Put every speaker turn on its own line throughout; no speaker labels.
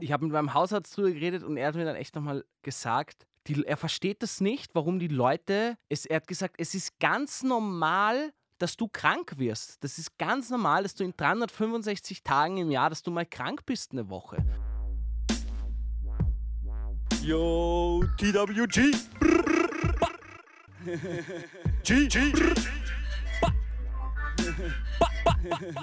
ich hab mit meinem Hausarzt drüber geredet und er hat mir dann echt nochmal gesagt, die, er versteht das nicht, warum die Leute, es, er hat gesagt, es ist ganz normal, dass du krank wirst. Das ist ganz normal, dass du in 365 Tagen im Jahr, dass du mal krank bist eine Woche.
Yo, TWG. Brr, brr, ba. G, G. Brr, ba. Ba, ba, ba.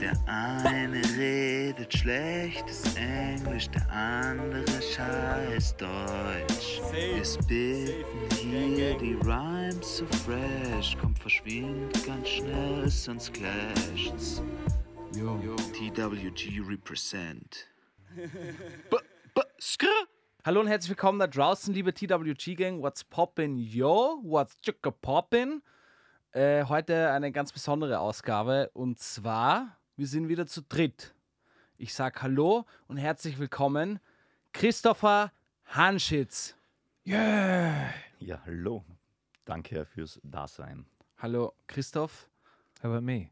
Der eine redet schlechtes Englisch, der andere scheiß Deutsch. Wir spitten hier die Rhymes so fresh, kommt verschwind ganz schnell, sonst clasht's. TWG represent. B -b -skr.
Hallo und herzlich willkommen da draußen, liebe TWG-Gang. What's poppin', yo? What's chicka poppin'? Äh, heute eine ganz besondere Ausgabe und zwar, wir sind wieder zu dritt. Ich sag Hallo und herzlich willkommen, Christopher Hanschitz.
Ja, hallo. Danke fürs Dasein.
Hallo, Christoph.
Aber me.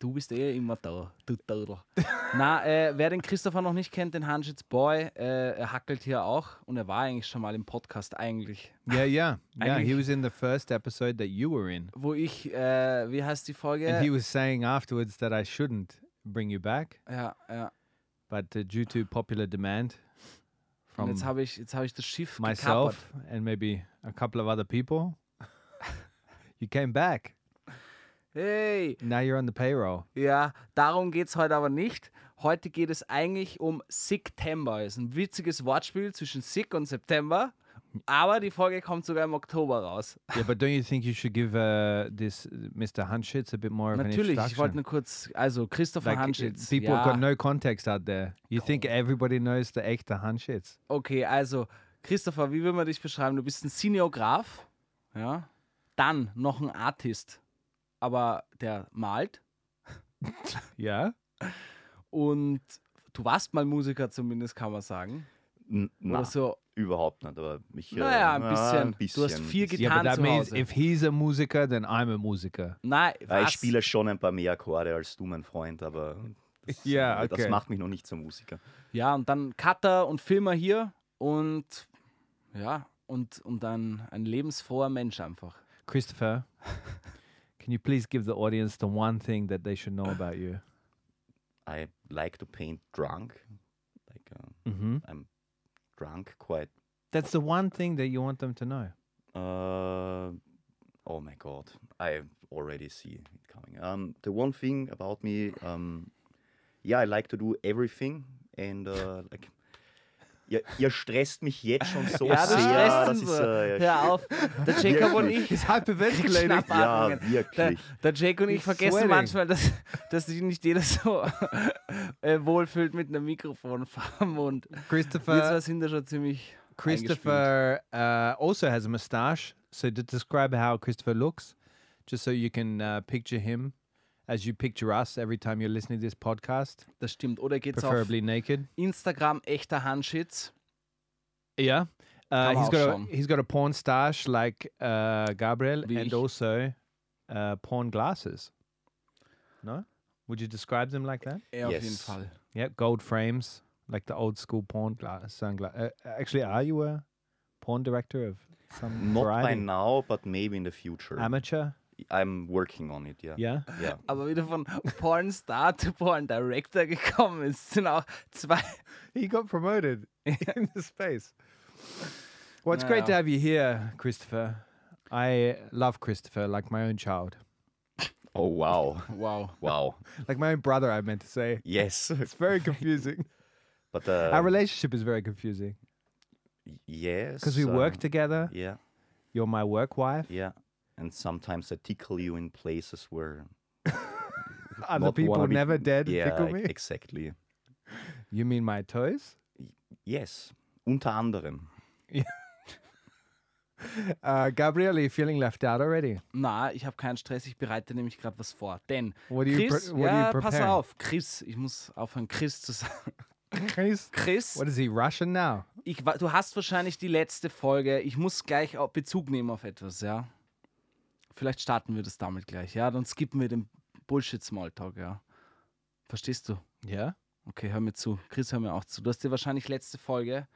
Du bist eh immer da, du Dödel. Na, äh, wer den Christopher noch nicht kennt, den Hanschitz Boy, äh, er hackelt hier auch und er war eigentlich schon mal im Podcast eigentlich,
Yeah, yeah, yeah. He
Eigentlich-
was in the first episode that you were in,
wo ich, äh, wie heißt die Folge?
and he was saying afterwards that I shouldn't bring you back,
ja, ja.
but uh, due to popular demand
Und
from
jetzt habe ich, jetzt habe ich das Schiff gekapert.
myself and maybe a couple of other people, you came back.
Hey,
Now you're on the payroll.
ja, darum geht es heute aber nicht. Heute geht es eigentlich um September. Ist ein witziges Wortspiel zwischen Sick und September. Aber die Folge kommt sogar im Oktober raus.
Yeah, but don't you think you should give uh, this uh, Mr. Hunschitz a bit more of an
Natürlich,
introduction?
ich wollte nur kurz, also Christopher
like, uh,
Hanschitz.
People
ja.
have got no context out there. You think everybody knows the echte Hunschitz?
Okay, also Christopher, wie will man dich beschreiben? Du bist ein Cineograf, ja. Dann noch ein Artist, aber der malt.
Yeah.
Und du warst mal Musiker zumindest, kann man sagen.
N na,
Oder so.
überhaupt nicht, aber mich. äh,
Naja, ein
na,
bisschen.
ein bisschen.
Du hast viel
bisschen.
getan.
Yeah, but that
zu
means
Hause.
if he's a musiker, then I'm a musiker.
Nein,
Ja,
was?
ich spiele schon ein paar mehr Akkorde als du, mein Freund, aber das,
Ja,
äh, das
okay.
macht mich noch nicht zum Musiker.
Ja, und dann Cutter und Filmer hier und ja, und, und dann ein lebensfroher Mensch einfach.
Christopher, can you please give the audience the one thing that they should know about you?
I like to paint drunk. Like, uh,
Mm-hmm.
I'm drunk quite.
That's the one thing that you want them to know.
Uh, oh my god, I already see it coming. Um, the one thing about me, um, yeah, I like to do everything and uh, like. Ihr, ihr stresst mich jetzt schon so
Ja, das
sehr.
stresst
das
uns.
ist, äh, ja,
Hör auf. Der Jacob und ich.
He's hyperventilating.
Schnappatmungen.
Ja, wirklich.
Der, der Jake und ich vergessen
sweating.
manchmal, dass, dass sich nicht jeder so äh, wohlfühlt mit einem Mikrofon am Mund. Wir zwei
Christopher,
sind da schon ziemlich.
Christopher uh, also has a mustache. So to describe how Christopher looks, just so you can uh, picture him as you picture us every time you're listening to this podcast,
eingespielt. Das stimmt. Oder geht's auf
preferably naked.
Instagram echter Handschitz?
Yeah.
Come
Uh, he's
out,
got
Sean.
a he's got a porn stash like uh, Gabriel,
Wie
and
ich.
also uh, porn glasses. No, would you describe them like that?
Ja, auf
Yes.
jeden Fall.
Yep, gold frames, like the old school porn glass sunglasses. Uh, actually, are you a porn director of some
Not by
variety?
now, but maybe in the future.
Amateur,
I'm working on it, yeah.
yeah.
Yeah.
Aber wieder von Pornstar zu Porn Director gekommen ist, sind auch zwei.
He got promoted in the space. Well, it's great to
Yeah.
have you here, Christopher. I love Christopher like my own child,
Oh wow.
Wow.
Wow.
like my own brother. I meant to say.
Yes.
It's very confusing.
But uh,
Our relationship is very confusing
y- yes.
because we
uh,
work together.
Yeah.
You're my work wife.
Yeah. And sometimes I tickle you in places where
Other
not wanna
people
be-
never dared to
yeah,
tickle
e-
me.
Exactly.
You mean my toys?
Yes, unter anderem.
Uh, Gabriel, are you feeling left out already?
Na, ich habe keinen Stress, ich bereite nämlich gerade was vor. Denn
What do you
Chris,
pre- what do you
ja, pass
prepare?
auf, Chris, ich muss aufhören, Chris zu sagen.
Chris?
Chris,
What is he, Russian now?
ich, wa- du hast wahrscheinlich die letzte Folge. Ich muss gleich au- Bezug nehmen auf etwas, ja? Vielleicht starten wir das damit gleich, ja? Dann skippen wir den Bullshit-Smalltalk, ja? Verstehst du?
Yeah?
Okay, hör mir zu. Chris, hör mir auch zu. Du hast dir wahrscheinlich letzte Folge.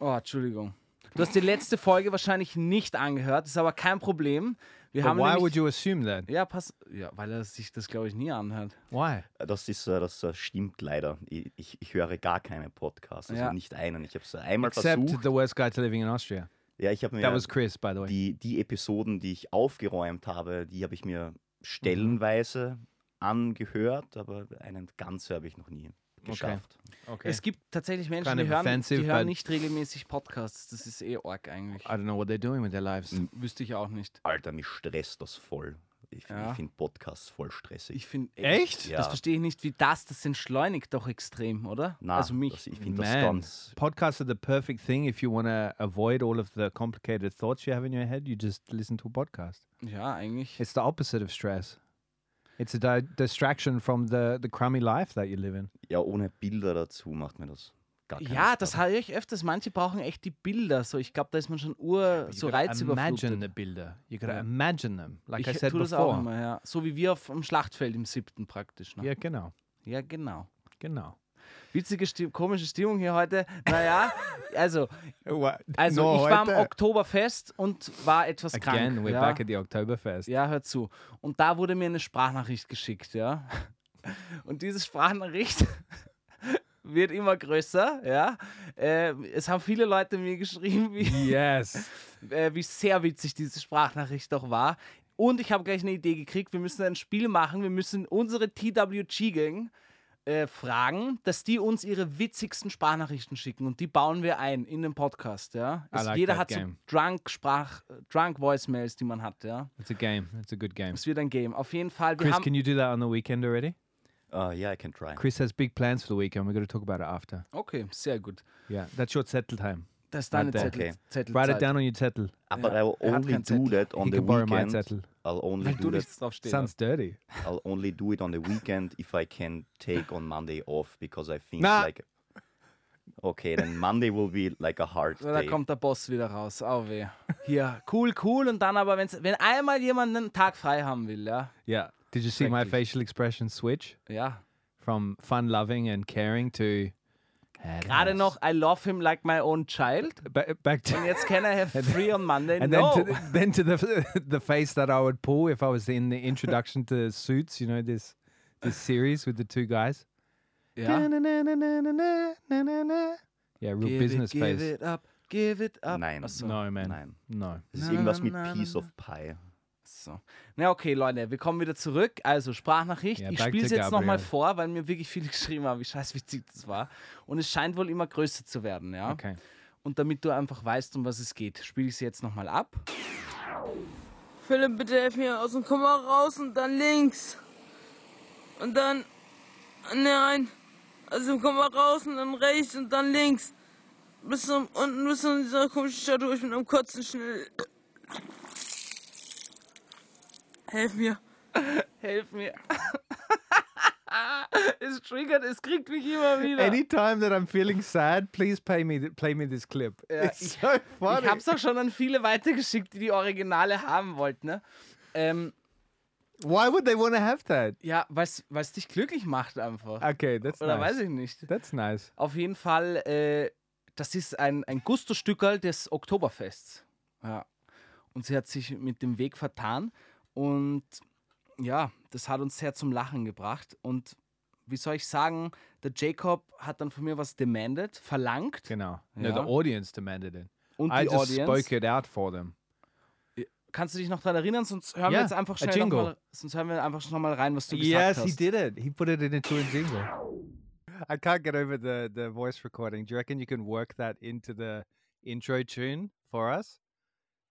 Oh, Entschuldigung. Du hast die letzte Folge wahrscheinlich nicht angehört, ist aber kein Problem. Wir
But
haben
why
nämlich-
would you assume that?
Ja, pass. Ja, weil er sich das, glaube ich, nie anhört.
Why?
Das ist, äh, das äh, stimmt leider. Ich, ich, ich höre gar keine Podcasts, also
Ja.
nicht einen. Ich habe es einmal
Except
versucht.
the worst guy to living in Austria.
Ja, ich habe mir
That was Chris, by the way.
die, die Episoden, die ich aufgeräumt habe, die habe ich
Mhm.
mir stellenweise angehört, aber eine ganze habe ich noch nie geschafft.
Okay.
Es gibt tatsächlich Menschen,
Kind
die
of
hören,
offensive,
die hören
but-
nicht regelmäßig Podcasts. Das ist eh arg eigentlich.
I don't know what they're doing with their lives.
Wüsste ich auch nicht.
Alter, mich stresst das voll. Ich,
Ja.
ich finde Podcasts voll stressig.
Ich finde.
Echt?
Ja.
Das verstehe ich nicht, wie das, das entschleunigt doch extrem, oder?
Na,
also mich.
Das, ich finde das
Man,
ganz.
podcasts are the perfect thing if you want to avoid all of the complicated thoughts you have in your head. You just listen to a podcast.
ja, eigentlich.
It's the opposite of stress. It's a di- distraction from the, the crummy life that you live in.
Ja, ohne Bilder dazu macht mir das gar keine
Ja,
Spaß.
das höre ich öfters. Manche brauchen echt die Bilder. So, ich glaube, da ist man schon ur so
imagine
reizüberflutet.
the builder. You gotta
Yeah.
imagine them. Like
Ich
I said
tue
before.
das auch immer, ja. So wie wir auf dem Schlachtfeld im siebten praktisch. Ne?
Yeah, genau,
ja, genau.
genau.
Witzige, Sti komische Stimmung hier heute. Naja, also,
What?
also ich war am Oktoberfest und war etwas
Again,
krank.
we're
Ja.
back at the Oktoberfest.
ja, hör zu. Und da wurde mir eine Sprachnachricht geschickt, ja. Und diese Sprachnachricht wird immer größer, ja. Äh, es haben viele Leute mir geschrieben, wie,
Yes.
äh, wie sehr witzig diese Sprachnachricht doch war. Und ich habe gleich eine Idee gekriegt, wir müssen ein Spiel machen, wir müssen unsere TWG-Gang äh, fragen, dass die uns ihre witzigsten Sprachnachrichten schicken und die bauen wir ein in den Podcast, ja.
I
Es,
like
jeder
that
hat
game.
so drunk Sprach, drunk Voicemails, die man hat, ja.
It's a game. It's a good game.
Es wird ein Game. Auf jeden Fall, wir
Chris,
haben...
can you do that on the weekend already?
Uh, yeah, I can try.
Chris has big plans for the weekend. We're going to talk about it after.
Okay, sehr gut.
Yeah, that's your settle time.
Das ist deine
Warte.
Zettel,
Okay.
Zettelzeit.
Write it down on your settle.
Ah, But
Ja,
I will
er hat
only
keinen
do
Zettel.
that on
He
the
can borrow my
weekend.
Zettel.
I'll only
Weil du
do that.
nichts drauf stehst.
Sounds dirty.
I'll only do it on the weekend if I can take on Monday off because I think
Nah.
like okay, then Monday will be like a hard
So, Da
day.
kommt der Boss wieder raus. Au weh. Hier, cool, cool. Und dann aber, wenn's, wenn einmal jemand einen Tag frei haben will, ja.
Yeah. Did you see my
Schrecklich.
facial expression switch
Ja.
from fun loving and caring to
Gerade noch, I love him like my own child.
ba- back to
Und jetzt can I have free on Monday.
and
no.
then to the, then to the the face that I would pull if I was in the introduction to Suits, you know this this series with the two guys.
ja.
Na-na-na-na-na-na-na-na. Yeah, real
Give
business
it, give
face.
it Oh, up, give it up.
Nein.
Ach so.
No man,
Nein.
no.
Es ist
Na,
irgendwas
na,
mit
na, na,
Piece
na.
of Pie.
So. Na okay, Leute, wir kommen wieder zurück. Also Sprachnachricht.
Ja,
ich
back
spiele es
to
jetzt nochmal
Gabriel.
vor, weil mir wirklich viele geschrieben haben, wie scheiß witzig das war. Und es scheint wohl immer größer zu werden, ja.
Okay.
Und damit du einfach weißt, um was es geht, spiele ich sie jetzt nochmal ab.
Philipp, bitte helf mir aus dem Kummer raus und dann links. Und dann. Nein. Aus dem Kummer raus und dann rechts und dann links. Bis zum, unten bis zu dieser komischen Statue. Ich bin am Kotzen schnell. Helf mir.
Helf mir. es triggert, es kriegt mich immer wieder.
Anytime that I'm feeling sad, please pay me th- play me this clip. It's so funny.
Ich hab's auch schon an viele weitergeschickt, die die Originale haben wollten. Ne? Ähm,
Why would they want to have that?
ja, weil's weil's dich glücklich macht einfach.
Okay, that's
Oder
Ah, nice.
weiß ich nicht.
That's nice.
Auf jeden Fall, äh, das ist ein, ein Gusto-Stückerl des Oktoberfests. Ja. Und sie hat sich mit dem Weg vertan. Und ja, das hat uns sehr zum Lachen gebracht. Und wie soll ich sagen, der Jacob hat dann von mir was demanded, verlangt.
Genau. No, the
Ja.
audience demanded it.
Und
I
die
just
Audience.
spoke it out for them.
Kannst du dich noch daran erinnern? Sonst hören
Ja,
wir jetzt einfach
a
schnell noch
jingle.
mal, sonst hören wir einfach schon noch mal rein, was du gesagt
Yes,
hast.
he did it. He put it in into a jingle. I can't get over the the voice recording. Do you reckon you can work that into the intro tune for us?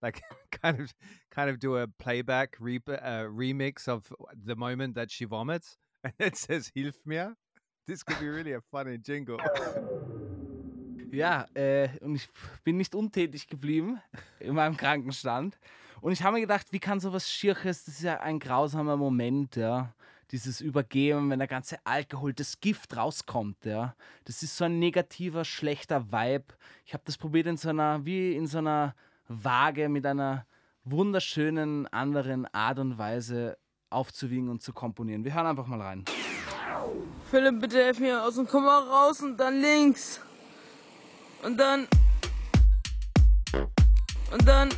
Like kind of kind of do a playback re- uh, remix of the moment that she vomits and it says "Hilf mir." This could be really a funny jingle.
Ja, äh, und ich bin nicht untätig geblieben in meinem Krankenstand. Und ich habe mir gedacht, wie kann sowas Schirches, das ist ja ein grausamer Moment, ja. Dieses Übergeben, wenn der ganze Alkohol, das Gift rauskommt, ja. Das ist so ein negativer, schlechter Vibe. Ich habe das probiert in so einer, wie in so einer Waage mit einer wunderschönen anderen Art und Weise aufzuwiegen und zu komponieren. Wir hören einfach mal rein.
Philipp, bitte helf mir aus dem Komma raus und dann links. Und dann. Und dann.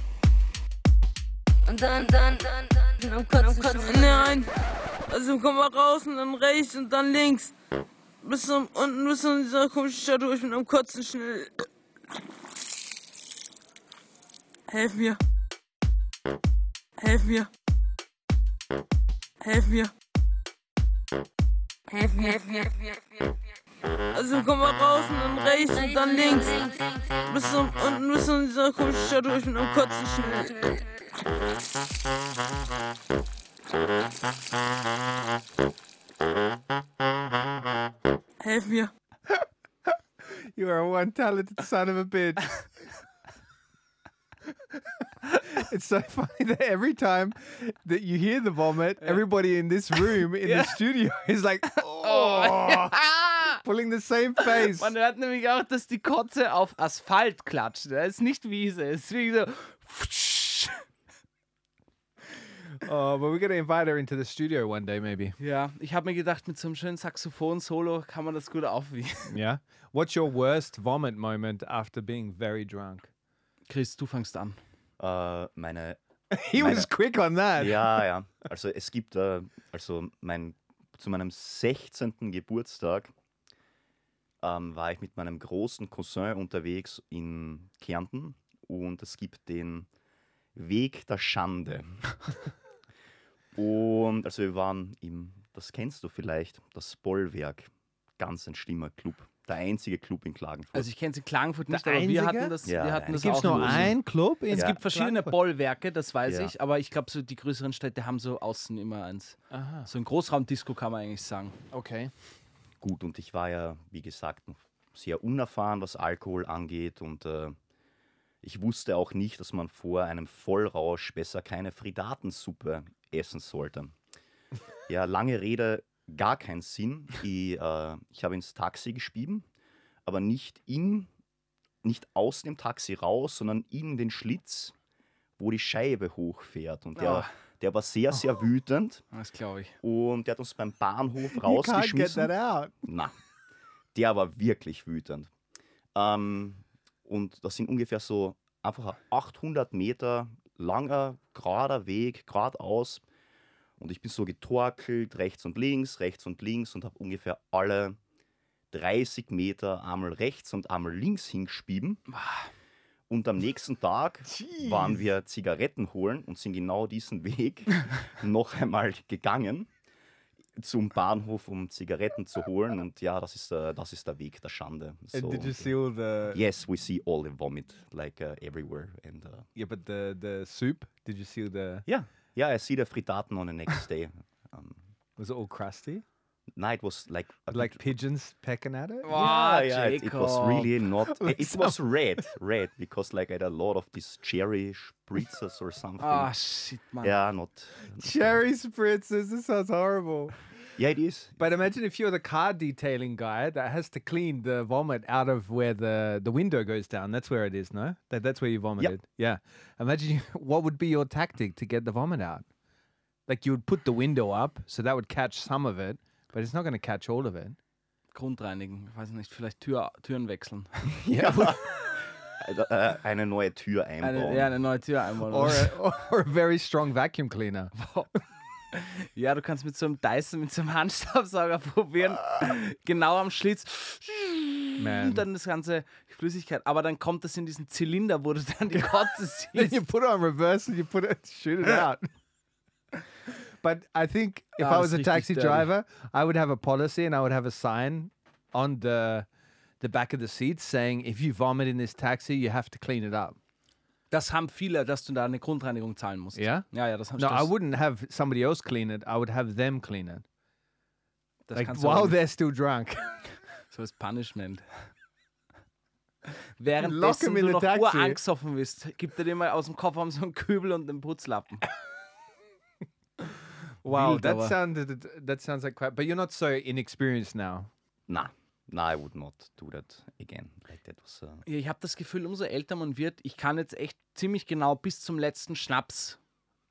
Und dann, dann, dann, dann. Am Kotzen, Kotzen. Nein. Also komm mal raus und dann rechts und dann links. Bis zum, unten, bis zu dieser komischen Statue. Ich bin am Kotzen schnell. Helf mir. Helf mir. Helf mir. Helf mir. Helf mir. Also komm mal raus und dann rechts und dann links. Bis zum, unten, bis zu dieser komischen Statue. Ich bin am Kotzen schnell. Helf mir.
you are a one talented son of a bitch. it's so funny that every time that you hear the vomit, everybody in this room, in the studio, is like, oh, pulling the same face.
Man hört nämlich auch, dass die Kotze auf Asphalt klatscht. Das ist nicht Wiese. Es ist wie so.
Oh, but we're going to invite her into the studio one day, maybe.
Ja, ich habe mir gedacht, mit so einem schönen Saxophon-Solo kann man das gut aufwiegen.
Yeah. What's your worst vomit moment after being very drunk?
Chris, du fängst an.
Äh, meine
He
Meine-
was quick on that.
Ja, ja. Also es gibt, äh, also mein, zu meinem 16. Geburtstag ähm, war ich mit meinem großen Cousin unterwegs in Kärnten und es gibt den Weg der Schande. und also wir waren im, das kennst du vielleicht, das Bollwerk. Ganz ein schlimmer Club. Der einzige Club in Klagenfurt.
Also ich kenne es in Klagenfurt nicht,
Der
aber wir
einzige?
hatten das,
Ja,
wir hatten
nein.
das
Gibt's
auch.
nur
in Ulm.
einen Club? in
Es gibt verschiedene
Frankfurt?
Bollwerke, das weiß
Ja.
ich, aber ich glaube, so die größeren Städte haben so außen immer eins.
Aha.
So ein Großraumdisco kann man eigentlich sagen.
Okay.
gut und ich war ja, wie gesagt, noch sehr unerfahren, was Alkohol angeht und äh, ich wusste auch nicht, dass man vor einem Vollrausch besser keine Fridatensuppe essen sollte. Ja, lange Rede, gar keinen Sinn. Ich, äh, ich habe ins Taxi gespieben, aber nicht in, nicht aus dem Taxi raus, sondern in den Schlitz, wo die Scheibe hochfährt. Und der,
Ah.
der war sehr, sehr wütend
Das glaube ich.
und der hat uns beim Bahnhof
You can't get
rausgeschmissen.
that out.
Na, der war wirklich wütend. Ähm, und das sind ungefähr so einfach ein 800 Meter langer, gerader Weg, geradeaus. Und ich bin so getorkelt, rechts und links, rechts und links und habe ungefähr alle 30 Meter einmal rechts und einmal links hingespieben. Und am nächsten Tag waren wir Zigaretten holen und sind genau diesen Weg noch einmal gegangen zum Bahnhof, um Zigaretten zu holen. Und ja, das ist, äh, das ist der Weg der Schande. So,
And did you
und,
see all the
Yes, we see all the vomit, like uh, everywhere. And uh,
Yeah, but the the soup. Did you see the?
yeah, yeah, I see the frittaten on the next day. Um,
Was it all crusty?
no, it was like a bit-
Like ah, pigeons pecking at it?
Wow,
yeah, it, it was really not. It, it
Jacob.
was red, red because like I had a lot of these cherry spritzers or something.
Ah, shit, Mann.
yeah, not.
Cherry spritzers. This sounds horrible.
Yeah, it is.
But imagine if you're the car detailing guy that has to clean the vomit out of where the, the window goes down. That's where it is, no? That, that's where you vomited. Yeah. Imagine you, what would be your tactic to get the vomit out? Like you would put the window up, so that would catch some of it, but it's not going to catch all of it.
Grund reinigen, ich weiß nicht, vielleicht Tür, Türen wechseln.
Yeah. Äh, Eine neue Tür einbauen.
Eine, ja, eine neue Tür einbauen.
Or a, or a very strong vacuum cleaner.
Ja, du kannst mit so einem Dyson, mit so einem Handstaubsauger probieren. genau am Schlitz.
Man.
Und dann das ganze die Flüssigkeit. Aber dann kommt das in diesen Zylinder, wo du dann die Kotze
Then you
siehst.
put it on reverse and you put it, shoot it out. but I think if
Ah,
I was
that's
a taxi
richtig dirty.
driver, I would have a policy and I would have a sign on the the back of the seat saying, if you vomit in this taxi, you have to clean it up.
Das haben viele, dass du da eine Grundreinigung zahlen musst.
Ja?
Ja, ja, das haben
No, I
das-
wouldn't have somebody else clean it. I would have them clean it.
Das
Like,
kannst du
while
auch nicht.
they're still drunk.
So als Punishment. Währenddessen
Locken wir
du
in
noch
den Taxi.
urangesoffen bist, gibt er dir mal aus dem Kofferraum so einen Kübel und einen Putzlappen. Wow,
that
aber-
sounded that sounds like quite. But you're not so inexperienced now.
Nah, nah, I would not do that again. Like that was. Uh,
Ja, ich habe das Gefühl, umso älter man wird, ich kann jetzt echt ziemlich genau bis zum letzten Schnaps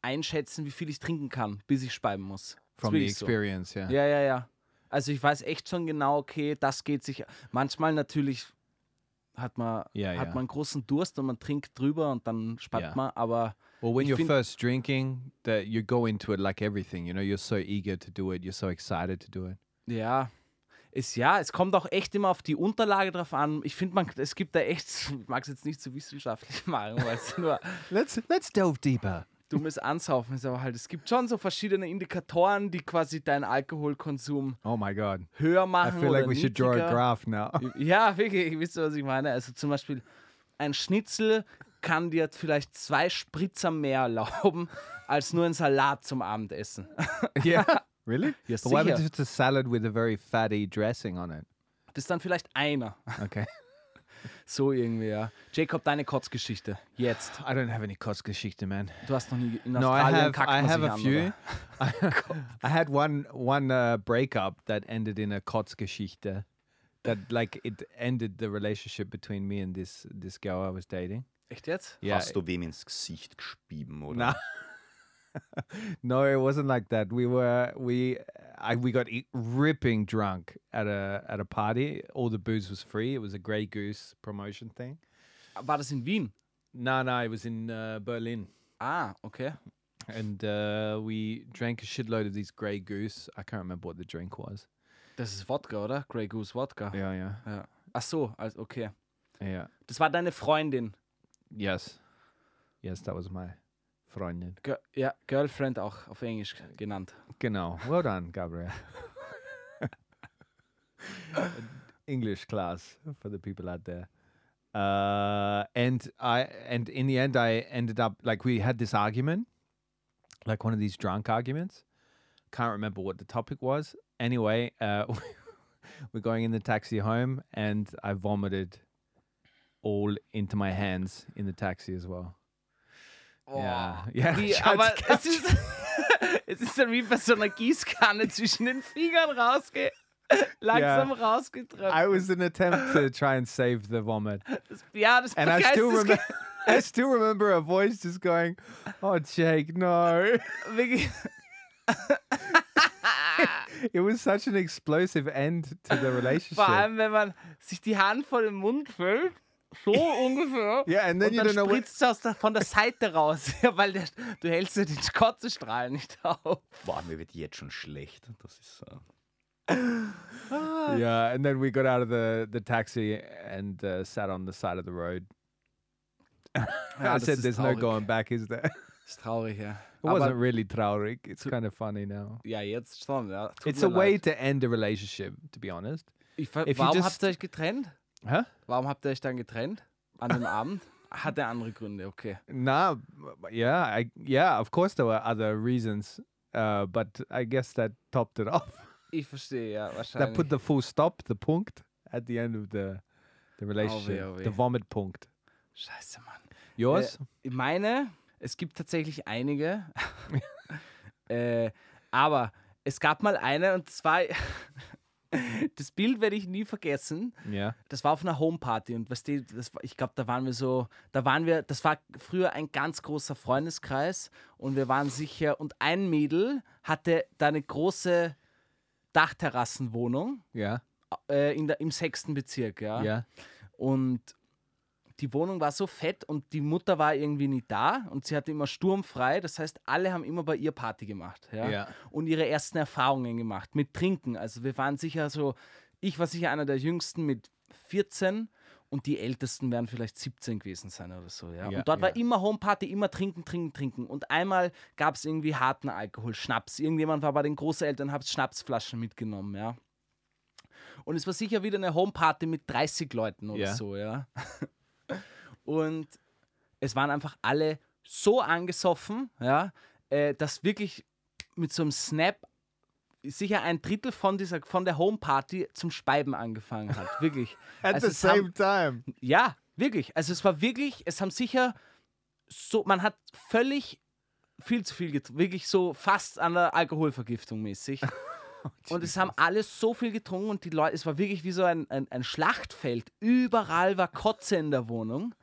einschätzen, wie viel ich trinken kann, bis ich speiben muss. Das ist
From the
wirklich so.
experience, yeah.
Ja, ja, ja. Also ich weiß echt schon genau, okay, das geht sich. Manchmal natürlich hat man,
Ja,
hat
ja.
man einen großen Durst und man trinkt drüber und dann spart
Ja.
man, aber
Well, when
Ich
you're
find-
first drinking, that you go into it like everything. You know, you're so eager to do it. You're so excited to do it.
ja. Ist ja, es kommt auch echt immer auf die Unterlage drauf an. Ich finde, man, es gibt da echt, ich mag es jetzt nicht zu wissenschaftlich machen, weil es nur
Let's let's delve deeper.
dummes Ansaufen ist, aber halt, es gibt schon so verschiedene Indikatoren, die quasi deinen Alkoholkonsum
Oh my god.
höher
I
machen.
feel
oder
like we should draw a
niedriger.
graph now.
Ja, wirklich, wisst ihr, was ich meine? Also zum Beispiel, ein Schnitzel kann dir vielleicht zwei Spritzer mehr erlauben, als nur ein Salat zum Abendessen.
yeah. Really?
Yes,
But what
yeah.
if it's just a salad with a very fatty dressing on it?
Das ist dann vielleicht einer.
Okay.
So irgendwie, ja. Jacob, deine Kotzgeschichte. Jetzt.
I don't have any Kotzgeschichte, man.
Du hast noch nie in
No, I
Australien
have.
kackt
I
man
have
sich
a
an,
few.
Oder?
I had one one uh, breakup that ended in a Kotzgeschichte. That like it ended the relationship between me and this this girl I was dating.
Echt jetzt?
Yeah.
Hast du wem ins Gesicht gespieben, oder?
Nah. no, it wasn't like that. We were we I, we got e- ripping drunk at a at a party. All the booze was free. It was a Grey Goose promotion thing.
War das in Wien?
No, no, it was in uh, Berlin,
Ah, okay.
and uh, we drank a shitload of these Grey Goose. I can't remember what the drink was.
Das ist Wodka, oder? Grey Goose Wodka.
Yeah, yeah,
Ja. Ach so, also okay.
yeah.
Das war deine Freundin.
Yes, yes, that was my Freundin.
Gir- ja, Girlfriend auch auf Englisch genannt.
Genau. Well done, Gabriel. English class for the people out there. Uh, and I and in the end, I ended up like we had this argument, like one of these drunk arguments. Can't remember what the topic was. Anyway, uh, we're going in the taxi home, and I vomited all into my hands in the taxi as well. Ja, ja.
Wie,
Schatz,
aber es
Schatz.
ist, es ist dann wie bei so einer Gießkanne zwischen den Fingern rausge... Langsam rausgetroffen.
I was an attempt to try and save the vomit.
Ja, das
And I still
begeistert
remember I still remember a voice just going, "Oh, Jake, no."
wirklich.
It was such an explosive end to the relationship.
Vor allem, wenn man sich die Hand vor den Mund füllt. So ungefähr.
Yeah, and then
Und
you
dann
don't know what
spritzt es aus der, von der Seite raus. Ja, weil der, du hältst ja den Kotzestrahl nicht auf.
Boah, mir wird jetzt schon schlecht. Das ist. äh,
Yeah, and then we got out of the the taxi and uh, sat on the side of the road. I
das
said
ist
there's no
traurig.
going back, is there? It
Ist traurig, ja.
wasn't
Aber,
really traurig. It's kind of funny now.
ja, jetzt schon, ja. Tut
It's
mir
a way
leid.
to end a relationship, to be honest.
Ich, ver-
if you
warum
just-
habt ihr euch getrennt?
Huh?
Warum habt ihr euch dann getrennt? An dem Abend? Hatte andere Gründe, okay.
Nah, b- b- yeah, I yeah, of course there were other reasons, uh, but I guess that topped it off.
Ich verstehe, ja, wahrscheinlich.
that put the full stop, the punct, at the end of the the relationship,
oh weh.
the vomit punct.
Scheiße, Mann.
Yours?
Ich meine, es gibt tatsächlich einige. äh, aber es gab mal eine und zwar. Das Bild werde ich nie vergessen.
yeah.
Das war auf einer Homeparty und weißt du, das, war- ich glaube, da waren wir so, da waren wir, das war früher ein ganz großer Freundeskreis und wir waren sicher, und ein Mädel hatte da eine große Dachterrassenwohnung.
Yeah.
äh, in der, im sechsten Bezirk, ja.
Yeah.
Und die Wohnung war so fett und die Mutter war irgendwie nicht da und sie hatte immer sturmfrei. Das heißt, alle haben immer bei ihr Party gemacht, ja.
Ja.
Und ihre ersten Erfahrungen gemacht mit Trinken. Also wir waren sicher so, ich war sicher einer der Jüngsten mit 14 und die Ältesten werden vielleicht 17 gewesen sein oder so, ja.
Ja,
und dort war
ja.
immer Homeparty, immer trinken, trinken, trinken. Und einmal gab es irgendwie harten Alkohol, Schnaps. Irgendjemand war bei den Großeltern, hat Schnapsflaschen mitgenommen, ja. Und es war sicher wieder eine Homeparty mit 30 Leuten oder
Ja.
so, ja. Und es waren einfach alle so angesoffen, ja, äh, dass wirklich mit so einem Snap sicher ein Drittel von, dieser, von der Homeparty zum Speiben angefangen hat. Wirklich.
At
Also
the
es haben-
same time.
Ja, wirklich. Also es war wirklich, es haben sicher so, man hat völlig viel zu viel getrunken, wirklich so fast an der Alkoholvergiftung mäßig. und es haben alle so viel getrunken und die Leute, es war wirklich wie so ein, ein, ein Schlachtfeld. Überall war Kotze in der Wohnung.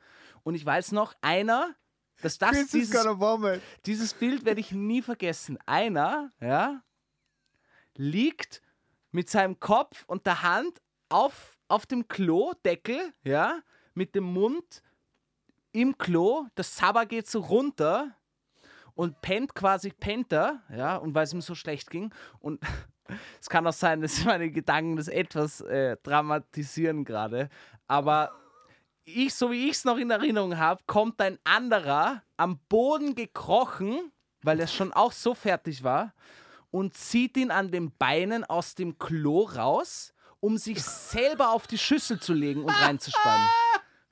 Und ich weiß noch, einer, dass das
Chris is
dieses
gonna vomit.
dieses Bild werde ich nie vergessen. Einer, ja, liegt mit seinem Kopf und der Hand auf, auf dem Klodeckel, ja, mit dem Mund im Klo, das Saba geht so runter und pennt quasi Penter, ja, und weil es ihm so schlecht ging und es kann auch sein, dass meine Gedanken das etwas äh, dramatisieren gerade, aber ich, so wie ich es noch in Erinnerung habe, kommt ein anderer am Boden gekrochen, weil er schon auch so fertig war, und zieht ihn an den Beinen aus dem Klo raus, um sich selber auf die Schüssel zu legen und reinzuspannen.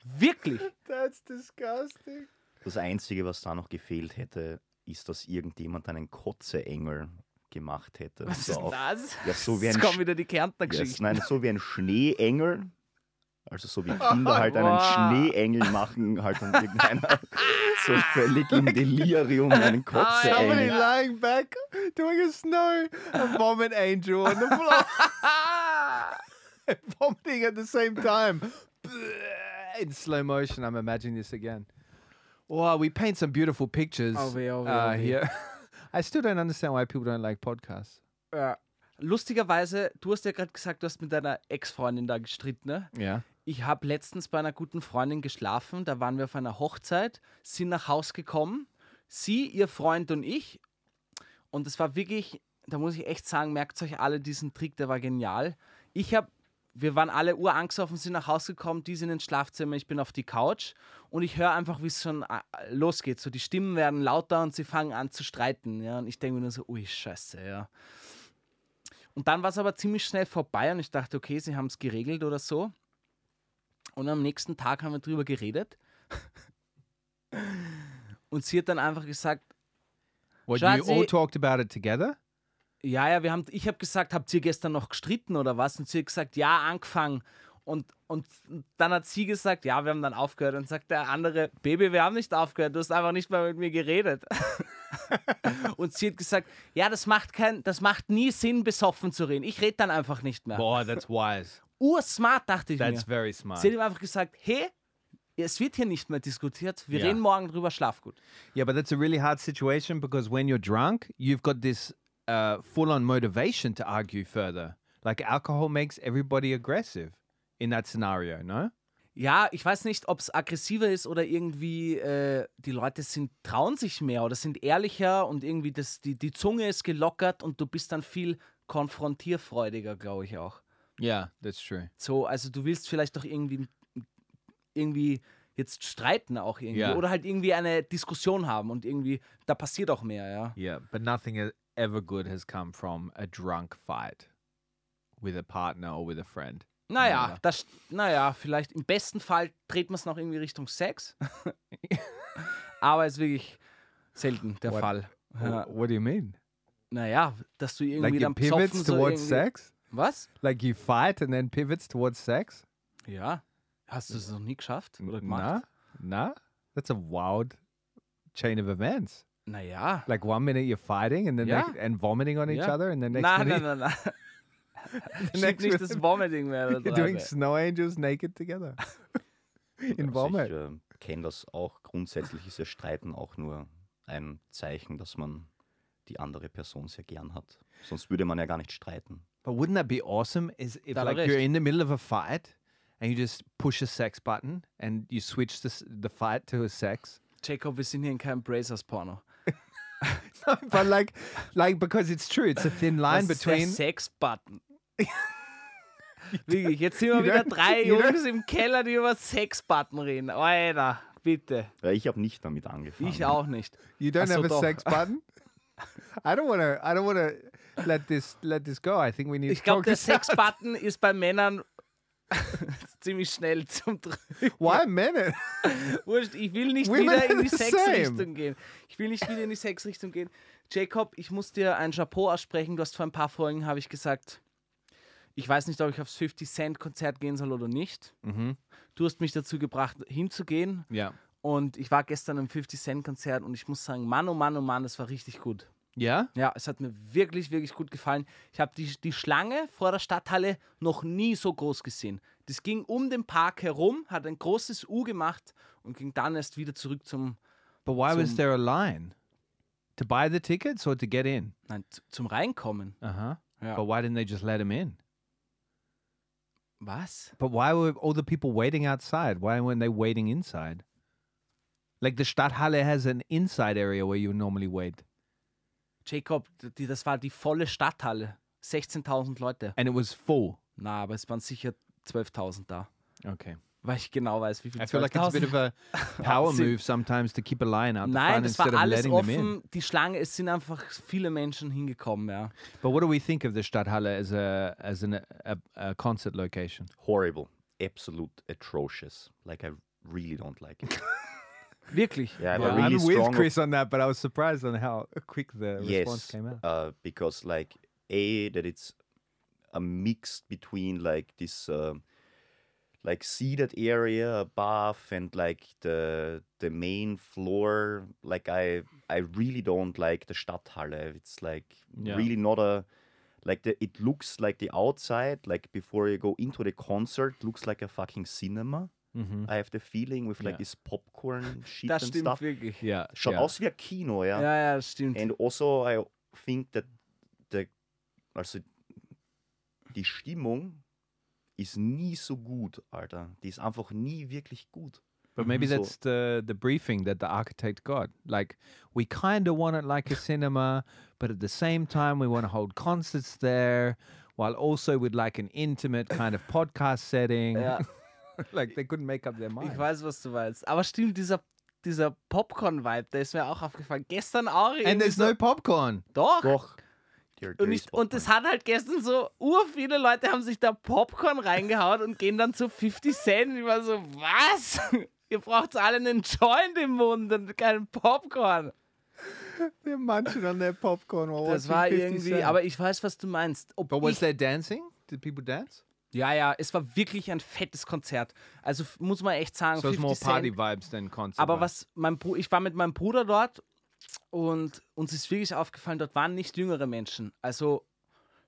Wirklich.
That's disgusting.
Das Einzige, was da noch gefehlt hätte, ist, dass irgendjemand einen Kotzeengel gemacht hätte.
Was
So
ist
auf-
das?
Ja, so wie
Jetzt
ein
kommen
Sch-
wieder die Kärntner
Yes,
Geschichten.
nein, so wie ein Schneeengel. Also so wie Kinder halt einen
Boah.
Schneeengel machen, halt dann irgendeiner so völlig im Delirium einen
Ah,
Kotzeengel.
Somebody lying back doing a snow a vomit angel on the floor. Vomiting at the same time. In slow motion, I'm imagining this again. Wow, we paint some beautiful pictures
Oh weh, oh weh,
uh,
oh weh.
here. I still don't understand why people don't like podcasts.
Lustigerweise, du hast ja gerade gesagt, du hast mit deiner Ex-Freundin da gestritten, ne?
Yeah.
Ich habe letztens bei einer guten Freundin geschlafen, da waren wir auf einer Hochzeit, sind nach Haus gekommen, sie, ihr Freund und ich. Und es war wirklich, da muss ich echt sagen, merkt euch alle diesen Trick, der war genial. Ich habe, wir waren alle urangstoffen, sind nach Haus gekommen, die sind ins Schlafzimmer, ich bin auf die Couch und ich höre einfach, wie es schon äh, losgeht. So die Stimmen werden lauter und sie fangen an zu streiten. Ja? Und ich denke mir nur so, ui, scheiße, ja. Und dann war es aber ziemlich schnell vorbei und ich dachte, okay, sie haben es geregelt oder so. Und am nächsten Tag haben wir drüber geredet. Und sie hat dann einfach gesagt,
What, you
Schatzi-
all talked about it together?
ja, ja, wir haben, ich habe gesagt, habt ihr gestern noch gestritten oder was? Und sie hat gesagt, ja, angefangen. Und, und dann hat sie gesagt, ja, wir haben dann aufgehört. Und sagt der andere, Baby, wir haben nicht aufgehört, du hast einfach nicht mehr mit mir geredet. und sie hat gesagt, ja, das macht kein, das macht nie Sinn, besoffen zu reden. Ich rede dann einfach nicht mehr.
Boy, that's wise.
Ursmart, dachte ich mir.
very smart.
Sie hat ihm einfach gesagt, hey, es wird hier nicht mehr diskutiert, wir
Ja.
reden morgen drüber, schlaf gut.
Yeah, but that's a really hard situation because when you're drunk, you've got this uh, full on motivation to argue further. Like alcohol makes everybody aggressive in that scenario, no?
Ja, ich weiß nicht, ob es aggressiver ist oder irgendwie äh, die Leute sind, trauen sich mehr oder sind ehrlicher und irgendwie das, die, die Zunge ist gelockert und du bist dann viel konfrontierfreudiger, glaube ich auch.
Yeah, that's true.
So, also du willst vielleicht doch irgendwie, hm, irgendwie jetzt streiten auch irgendwie
Ja.
oder halt irgendwie eine Diskussion haben und irgendwie, da passiert auch mehr, ja.
Yeah, but nothing e- ever good has come from a drunk fight with a partner or with a friend.
Naja,
Naja.
das, naja, vielleicht im besten Fall dreht man es noch irgendwie Richtung Sex. Aber ist wirklich selten der
What? Oh,
Fall. Ja.
Uh, What do you mean?
Naja, dass du irgendwie
Like
dann
it pivots
pzoffen so
towards
irgendwie-
sex?
Was?
Like you fight and then pivots towards sex?
Ja. Hast du es noch nie geschafft oder
Nah,
gemacht?
nah. That's a wild chain of events.
Naja.
Like one minute you're fighting and then
Yeah.
next, and vomiting on each
Yeah.
other, and then next
Nein,
minute
nein, nein, nein. Schieb
Next
nicht
minute-
das Vomiting mehr da
you're
drauf,
doing
ey.
snow angels naked together in
Also ich
vomit.
äh, kenne das auch. Grundsätzlich ist ja Streiten auch nur ein Zeichen, dass man die andere Person sehr gern hat. Sonst würde man ja gar nicht streiten.
But wouldn't that be awesome? Is if
Da hat er
like you're
recht.
in the middle of a fight and you just push a sex button and you switch this, the fight to a sex?
Jacob, wir sind hier in keinem Brazers-Porno.
but like, like because it's true, it's a thin line
Was ist der
between.
Sex-Button? Wirklich, jetzt sind wir
You
wieder
don't-
drei
you don't-
Jungs im Keller, die über Sex-Button reden. Alter, bitte.
Ja, ich habe nicht damit angefangen.
Ich auch nicht.
You don't
Ach so,
have a
doch.
sex button. I don't want to. I don't want to let this let this go. I think we need.
Ich
to
glaube,
talk
der
this out.
Sex-Button ist bei Männern ziemlich schnell zum Drücken.
Why minute?
Wurscht, ich will nicht
Women
wieder in
are
die
the
Sexrichtung
same.
gehen. Ich will nicht wieder in die Sexrichtung gehen. Jacob, ich muss dir ein Chapeau aussprechen. Du hast vor ein paar Folgen, habe ich gesagt, ich weiß nicht, ob ich aufs 50 Cent Konzert gehen soll oder nicht.
Mhm.
Du hast mich dazu gebracht, hinzugehen.
Ja.
Und ich war gestern im 50 Cent Konzert und ich muss sagen, Mann, oh Mann, oh Mann, das war richtig gut.
Ja?
Ja, es hat mir wirklich, wirklich gut gefallen. Ich habe die, die Schlange vor der Stadthalle noch nie so groß gesehen. Das ging um den Park herum, hat ein großes U gemacht und ging dann erst wieder zurück zum,
But why was
Zum-
there a line? To buy the tickets or to get in?
nein, z- zum Reinkommen.
Uh huh.
Ja.
But why didn't they just let him in?
Was?
But why were all the people waiting outside? Why weren't they waiting inside? Like the Stadthalle has an inside area where you normally wait.
Jacob, d- die, das war die volle Stadthalle. 16.000 Leute.
And it was full.
Na, aber es waren sicher 12.000 da.
Okay.
Weil ich genau weiß, wie viel
I feel like it's a bit of a power
Wahnsinn.
move sometimes to keep a line out the
Nein,
front
das
instead
war
of
alles
letting them in.
offen. Die Schlange, es sind einfach viele Menschen hingekommen, ja.
But what do we think of the Stadthalle as a as an a, a concert location?
Horrible. Absolute atrocious. Like, I really don't like it.
Wirklich.
Yeah, I have a really strong
on that, but I was surprised on how quick the
yes, Uh, because like a that it's a mix between like this um like seated area above and like the the main floor. Like I I really don't like the Stadthalle. It's like
Yeah.
really not a like the it looks like the outside like before you go into the concert looks like a fucking cinema.
Mhm.
I have the feeling with like
Yeah.
this popcorn shit
Das
and
stimmt
stuff.
wirklich.
Yeah.
Schaut
yeah.
aus wie ein Kino, ja.
Ja, ja, das stimmt.
And also I think that the also die Stimmung ist nie so gut, Alter. Die ist einfach nie wirklich gut.
But maybe
So-
that's the the briefing that the architect got. Like we kind of want it like a cinema, but at the same time we want to hold concerts there, while also we'd like an intimate kind of podcast setting.
Ja,
like they couldn't make up their mind.
ich weiß, was du meinst. Aber stimmt, dieser, dieser Popcorn-Vibe, der ist mir auch aufgefallen. Gestern auch.
And
irgendwie
there's
so,
no popcorn.
Doch.
Doch. There, there
Und,
is
ich, und das
Popcorn.
hat halt gestern so, ur viele Leute haben sich da Popcorn reingehauen und gehen dann zu 50 Cent. Ich war so, was? Ihr braucht alle einen Joint im Mund und keinen Popcorn.
They're munching on their popcorn while
Das war irgendwie, aber ich weiß, was du meinst. Ob
But was
ich,
there dancing? Did people dance?
ja, ja, es war wirklich ein fettes Konzert. Also f- muss man echt sagen,
So it's more
50 Cent
party vibes than concert.
Aber
vibes.
was mein Bru ich war mit meinem Bruder dort und uns ist wirklich aufgefallen, dort waren nicht jüngere Menschen. Also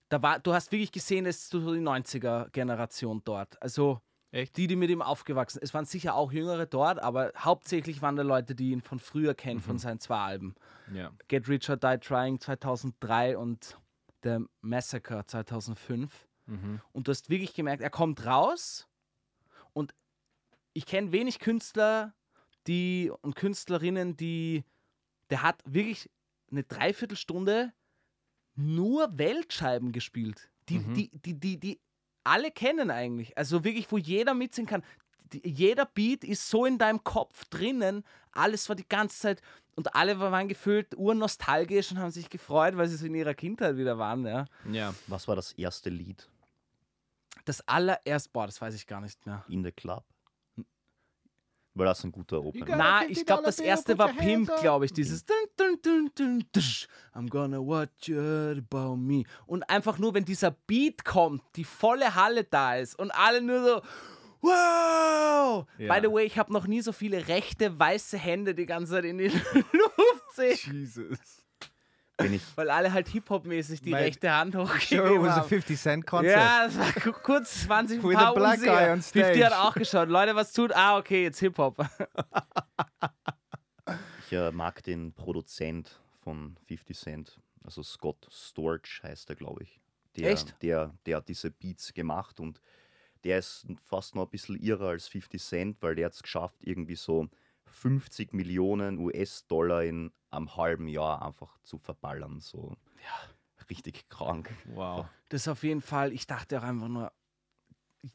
da war, du hast wirklich gesehen, es ist so die 90er-Generation dort. Also
Echt?
die, die mit ihm aufgewachsen sind. Es waren sicher auch jüngere dort, aber hauptsächlich waren da Leute, die ihn von früher kennen, von seinen zwei Alben.
Yeah.
Get Rich or Die Trying 2003 und The Massacre 2005.
Mm-hmm.
Und du hast wirklich gemerkt, er kommt raus und ich kenne wenig Künstler die, und Künstlerinnen, die, der hat wirklich eine Dreiviertelstunde nur Weltscheiben gespielt. Die, die, die, die, die alle kennen eigentlich. Also wirklich, wo jeder mitsingen kann. Die, jeder Beat ist so in deinem Kopf drinnen. Alles war die ganze Zeit und alle waren gefühlt urnostalgisch und haben sich gefreut, weil sie so in ihrer Kindheit wieder waren. Ja.
Yeah.
Was war das erste Lied
Das allererst, boah, das weiß ich gar nicht mehr.
in the club? Weil das ein guter Opener.
Na, ich glaube, das erste war Pimp, glaube ich. Dieses dun, dun, dun, dun, tsch, I'm gonna watch you about me. Und einfach nur, wenn dieser Beat kommt, die volle Halle da ist und alle nur so Wow!
Ja.
By the way, ich habe noch nie so viele rechte, weiße Hände die ganze Zeit in die Luft sehen.
Jesus.
Wenn ich
Weil alle halt Hip-Hop-mäßig die
Mate,
rechte Hand
Sure, it
hochgegeben
was a
haben.
50 Cent concert.
Ja, es war ku- kurz, es waren sich ein
With
paar
a black
unsicher.
guy on stage.
50 hat auch geschaut. Leute, was tut? Ah, okay, jetzt Hip-Hop.
Ich äh, mag den Produzent von 50 Cent, also Scott Storch heißt er, glaube ich. Der,
Echt?
Der, der hat diese Beats gemacht und der ist fast noch ein bisschen irrer als 50 Cent, weil der hat es geschafft, irgendwie so 50 Millionen US-Dollar in einem halben Jahr einfach zu verballern. So richtig krank.
Wow.
Das auf jeden Fall. Ich dachte auch einfach nur,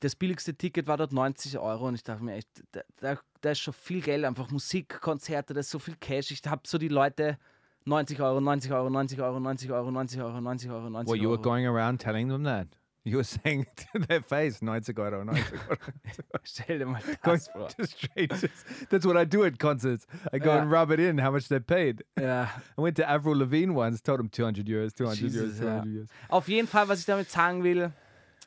das billigste Ticket war dort 90 Euro und ich dachte mir echt, da, da, da ist schon viel Geld, einfach Musik, Konzerte, da ist so viel Cash. Ich habe so die Leute 90 Euro, 90 Euro, 90 Euro, 90 Euro, 90 Euro, 90 Euro, 90
Well, you
Euro.
were going around telling them that. you were saying to their face, nights ago, or nights ago.
Stell dir mal
Going
das vor.
to strangers. That's what I do at concerts. I go
Yeah.
and rub it in how much they're paid.
Ja.
I went to Avril Lavigne once, told him 200 euros, 200
Jesus,
euros,
ja.
200 euros.
Auf jeden Fall, was ich damit sagen will,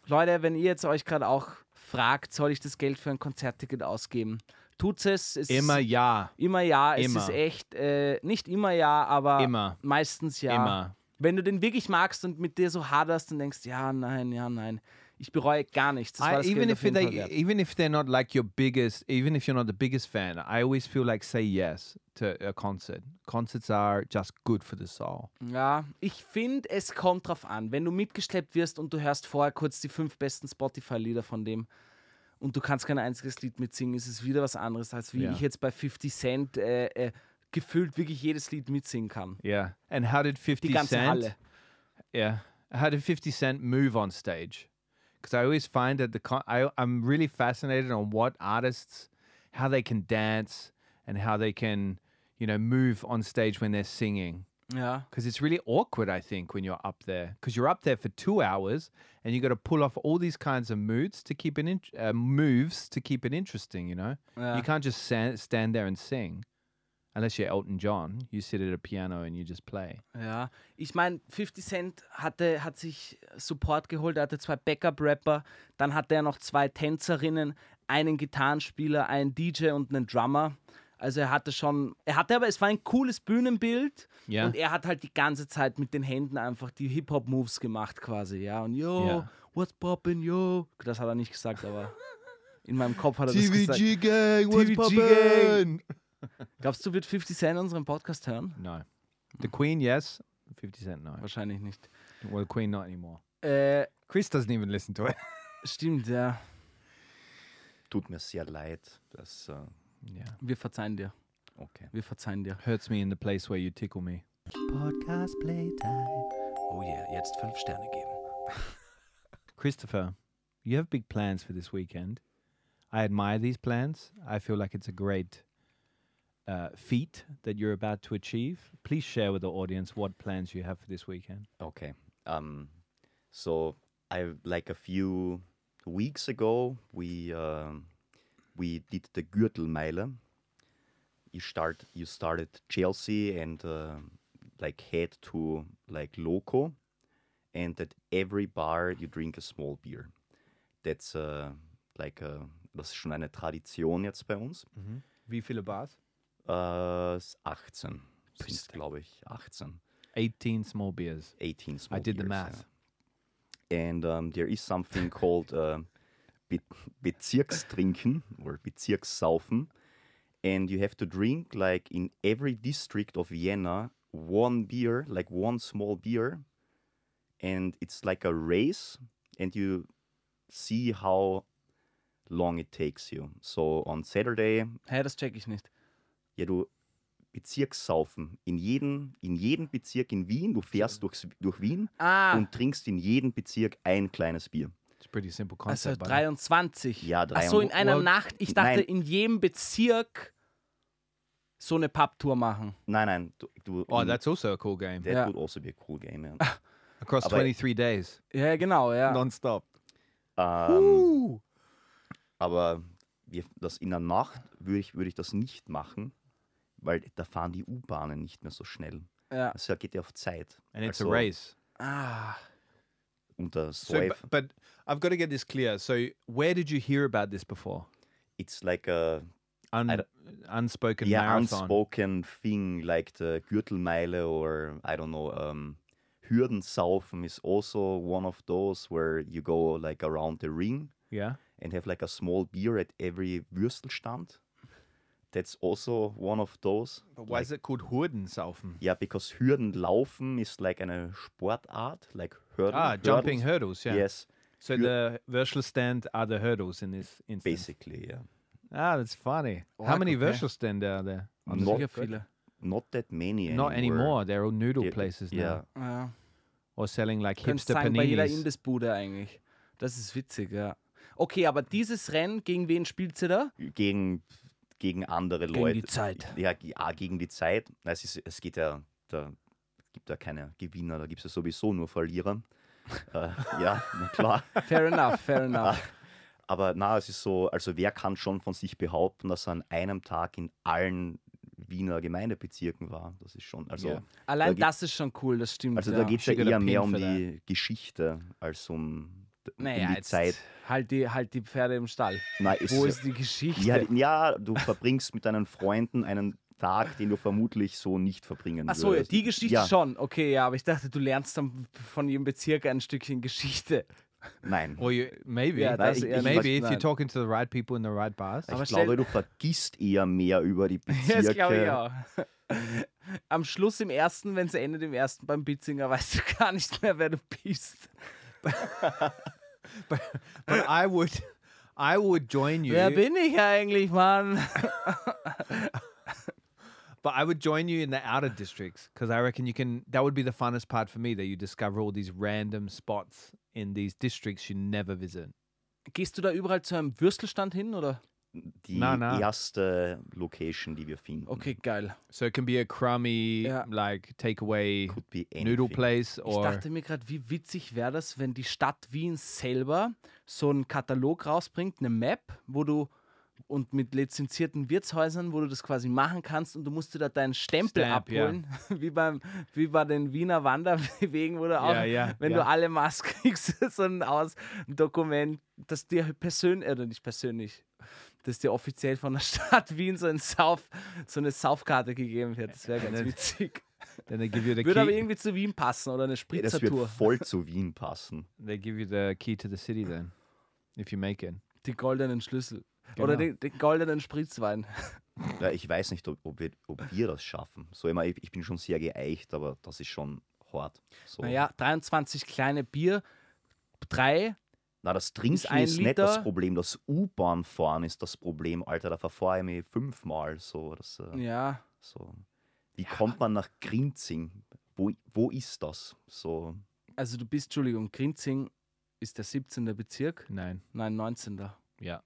Leute, wenn ihr jetzt euch gerade auch fragt, soll ich das Geld für ein Konzertticket ausgeben? Tut's es. es
Immer
Ist
ja.
immer ja. Es
Immer.
ist echt, äh, nicht immer ja, aber
Immer.
meistens ja.
Immer.
Wenn du den wirklich magst und mit dir so haderst und denkst, ja, nein, ja, nein. Ich bereue gar nichts. Das war
I,
das
even
Geld
if
auf jeden Fall
they,
wert.
even if they're not like your biggest, even if you're not the biggest fan, I always feel like say yes to a concert. Concerts are just good for the soul.
Ja, ich finde, es kommt drauf an. Wenn du mitgeschleppt wirst und du hörst vorher kurz die fünf besten Spotify-Lieder von dem und du kannst kein einziges Lied mitsingen, ist es wieder was anderes, als wie
Ja.
ich jetzt bei 50 Cent äh, äh, gefühlt wirklich jedes Lied mitsingen kann.
Yeah. And how did 50
Die ganze
Cent?
Halle.
Yeah. How did 50 Cent move on stage? Because I always find that the con- I, I'm really fascinated on what artists, how they can dance and how they can, you know, move on stage when they're singing.
Ja.
Because it's really awkward, I think, when you're up there. Because you're up there for two hours and you got to pull off all these kinds of moods to keep it in- uh, moves to keep it interesting. You know,
Yeah.
you can't just sa- stand there and sing, unless you're Elton John. You sit at a piano and you just play.
Ja, ich meine, 50 Cent hatte, hat sich Support geholt, er hatte zwei Backup-Rapper, dann hatte er noch zwei Tänzerinnen, einen Gitarrenspieler, einen DJ und einen Drummer. Also er hatte schon, er hatte aber, es war ein cooles Bühnenbild
Ja.
und er hat halt die ganze Zeit mit den Händen einfach die Hip-Hop-Moves gemacht quasi, ja. Und yo,
Ja.
what's poppin', yo. Das hat er nicht gesagt, aber in meinem Kopf hat er das gesagt.
gang,
what's poppin'? Glaubst du, wird 50 Cent unseren Podcast hören?
No, the Queen, yes. Fifty Cent, no.
Wahrscheinlich nicht.
Well, the Queen, not anymore.
Äh,
Chris doesn't even listen to it.
stimmt, ja.
Tut mir sehr leid. Das, äh,
yeah,
Wir verzeihen dir.
okay.
Wir verzeihen dir.
hurts me in the place where you tickle me.
Podcast Playtime. Oh yeah, jetzt fünf Sterne geben.
Christopher, you have big plans for this weekend. I admire these plans. I feel like it's a great uh, feat that you're about to achieve. Please share with the audience what plans you have for this weekend.
Okay. Um, so I like a few weeks ago we um we did the Gürtelmeile. You start you started Chelsea and uh, like head to like Loco, and at every bar you drink a small beer. That's uh, like a, das ist schon eine Tradition jetzt bei uns.
Wie viele bars?
Äh, s- 18 sind glaube ich 18.
18 small beers.
18 small
did the
beers,
math.
yeah. And um, there is something called uh, Be- Bezirkstrinken or Bezirkssaufen. And you have to drink, like in every district of Vienna, one beer, like one small beer. And it's like a race, and you see how long it takes you. So on Saturday,
Hä, das check ich nicht.
ja, du Bezirkssaufen. In jedem, in jedem Bezirk in Wien, du fährst durchs, durch Wien
Ah.
und trinkst in jedem Bezirk ein kleines Bier.
It's a pretty simple
Also
concept. but
23.
Ja,
Ach so, in
23.
einer
Wow.
Nacht. Ich dachte,
Nein.
in jedem Bezirk so eine Pub-Tour machen.
Nein, nein, du, du
oh,
in-
that's also a cool game.
that
ja.
would also be a cool game. Yeah.
Across
aber-
23 days,
Ja, genau, ja.
non-stop.
Ähm, aber wir, das in der Nacht würde ich, würde ich das nicht machen, weil da fahren die U-Bahnen nicht mehr so schnell.
ja.
Also geht ja auf Zeit.
And it's
also,
a race.
Ah,
Unter
So,
Säuf.
but, but I've got to get this clear. So, where did you hear about this before?
It's like a
Un,
don't-
unspoken
yeah,
marathon.
unspoken thing like the Gürtelmeile or I don't know, um, Hürdensaufen is also one of those where you go like around the ring
yeah.
and have like a small beer at every Würstelstand. That's also one of those.
But why is it called Hurdensaufen?
Yeah, because Hürdenlaufen is like a Sportart, like hurdle.
Ah, jumping hurdles. Yeah.
Yes,
So
Hür-
the virtual stand are the hurdles in this instance.
basically, yeah.
Ah, that's funny. How many
okay.
virtual stand are there?
Not,
sicher viele.
not that many
Not anymore. They're all noodle
Yeah,
places now.
Yeah,
Ja.
Or selling like
Könntest
hipster
sagen, bei jeder
paninis.
Imbissbude eigentlich. Das ist witzig, ja. Okay, aber dieses Rennen, gegen wen spielt sie da?
gegen, gegen andere
Gegen
Leute.
die Zeit.
Ja, ge- ah, gegen die Zeit. Na, Es, ist, es geht ja, da gibt ja keine Gewinner, da gibt es ja sowieso nur Verlierer. äh, ja, na klar.
Fair enough, fair enough.
Aber na, es ist so, also wer kann schon von sich behaupten, dass er an einem Tag in allen Wiener Gemeindebezirken war? Das ist schon, also,
Ja. Allein
da
das ist schon cool, das stimmt.
also da geht es ja
Sugar the
eher mehr
Pimp
um
vielleicht.
die Geschichte als um, d-
naja,
um die
jetzt
Zeit.
Halt die, halt die Pferde im Stall.
Na, es
Wo
ja-
ist die Geschichte?
Ja, ja, du verbringst mit deinen Freunden einen Tag, den du vermutlich so nicht verbringen
Ach so, Äh, ja,
würdest.
die Geschichte
ja,
schon. Okay, ja, aber ich dachte, du lernst dann von jedem Bezirk ein Stückchen Geschichte.
Nein.
Or you maybe
Yeah,
that's- yeah,
maybe
that's
if you're
not-
talking to the right people in the right bars.
aber
ich glaube,
stell-
du vergisst eher mehr über die Bezirke.
Ja, das glaube ich auch. Am Schluss im ersten, wenn es endet im ersten beim Bitzinger, weißt du gar nicht mehr, wer du bist.
But I would I would join you.
Wer bin ich eigentlich, Mann?
But I would join you in the outer districts because I reckon you can. That would be the funnest part for me that you discover all these random spots in these districts you never visit.
Gehst du da überall zu einem Würstelstand hin oder?
Die
Na, na.
erste Location, die wir finden.
Okay, geil.
So it can be a crummy
Yeah.
like takeaway
Could be
noodle
anything.
place
Ich
or
dachte mir gerade, wie witzig wäre das, wenn die Stadt Wien selber so einen Katalog rausbringt, eine Map, wo du und mit lizenzierten Wirtshäusern, wo du das quasi machen kannst und du musst dir da deinen Stempel
Stamp, ja.
abholen, wie, beim, wie bei den Wiener Wanderwegen, wo du auch,
Ja, ja,
wenn
ja.
du alle Maß kriegst, so ein Aus ein Dokument, das dir persönlich, oder nicht persönlich, das dir offiziell von der Stadt Wien so, ein Sauf, so eine Saufkarte gegeben wird. Das wäre ganz witzig.
then they give you the
Würde aber
key.
irgendwie zu Wien passen oder eine
Ja, Das wird
Spritzertour.
voll zu Wien passen.
They give you the key to the city then if you make it.
Die goldenen Schlüssel.
Genau.
Oder den, den goldenen Spritzwein.
Ja, ich weiß nicht, ob, ob, wir, ob wir das schaffen. So, ich, meine, ich ich bin schon sehr geeicht, aber das ist schon hart. So.
Naja, 23 kleine Bier, drei.
Na, das Trinken
Ist
ist,
ein
nicht das
Liter-
Problem. Das U-Bahn-Fahren ist das Problem, Alter. Da verfahre ich mich fünfmal. So, das, äh,
Ja.
so. Wie kommt man nach Grinzing? Wo, wo ist das? So,
Also du bist, Entschuldigung, Grinzing ist der 17. Bezirk.
Nine.
Nein, 19.
Yeah.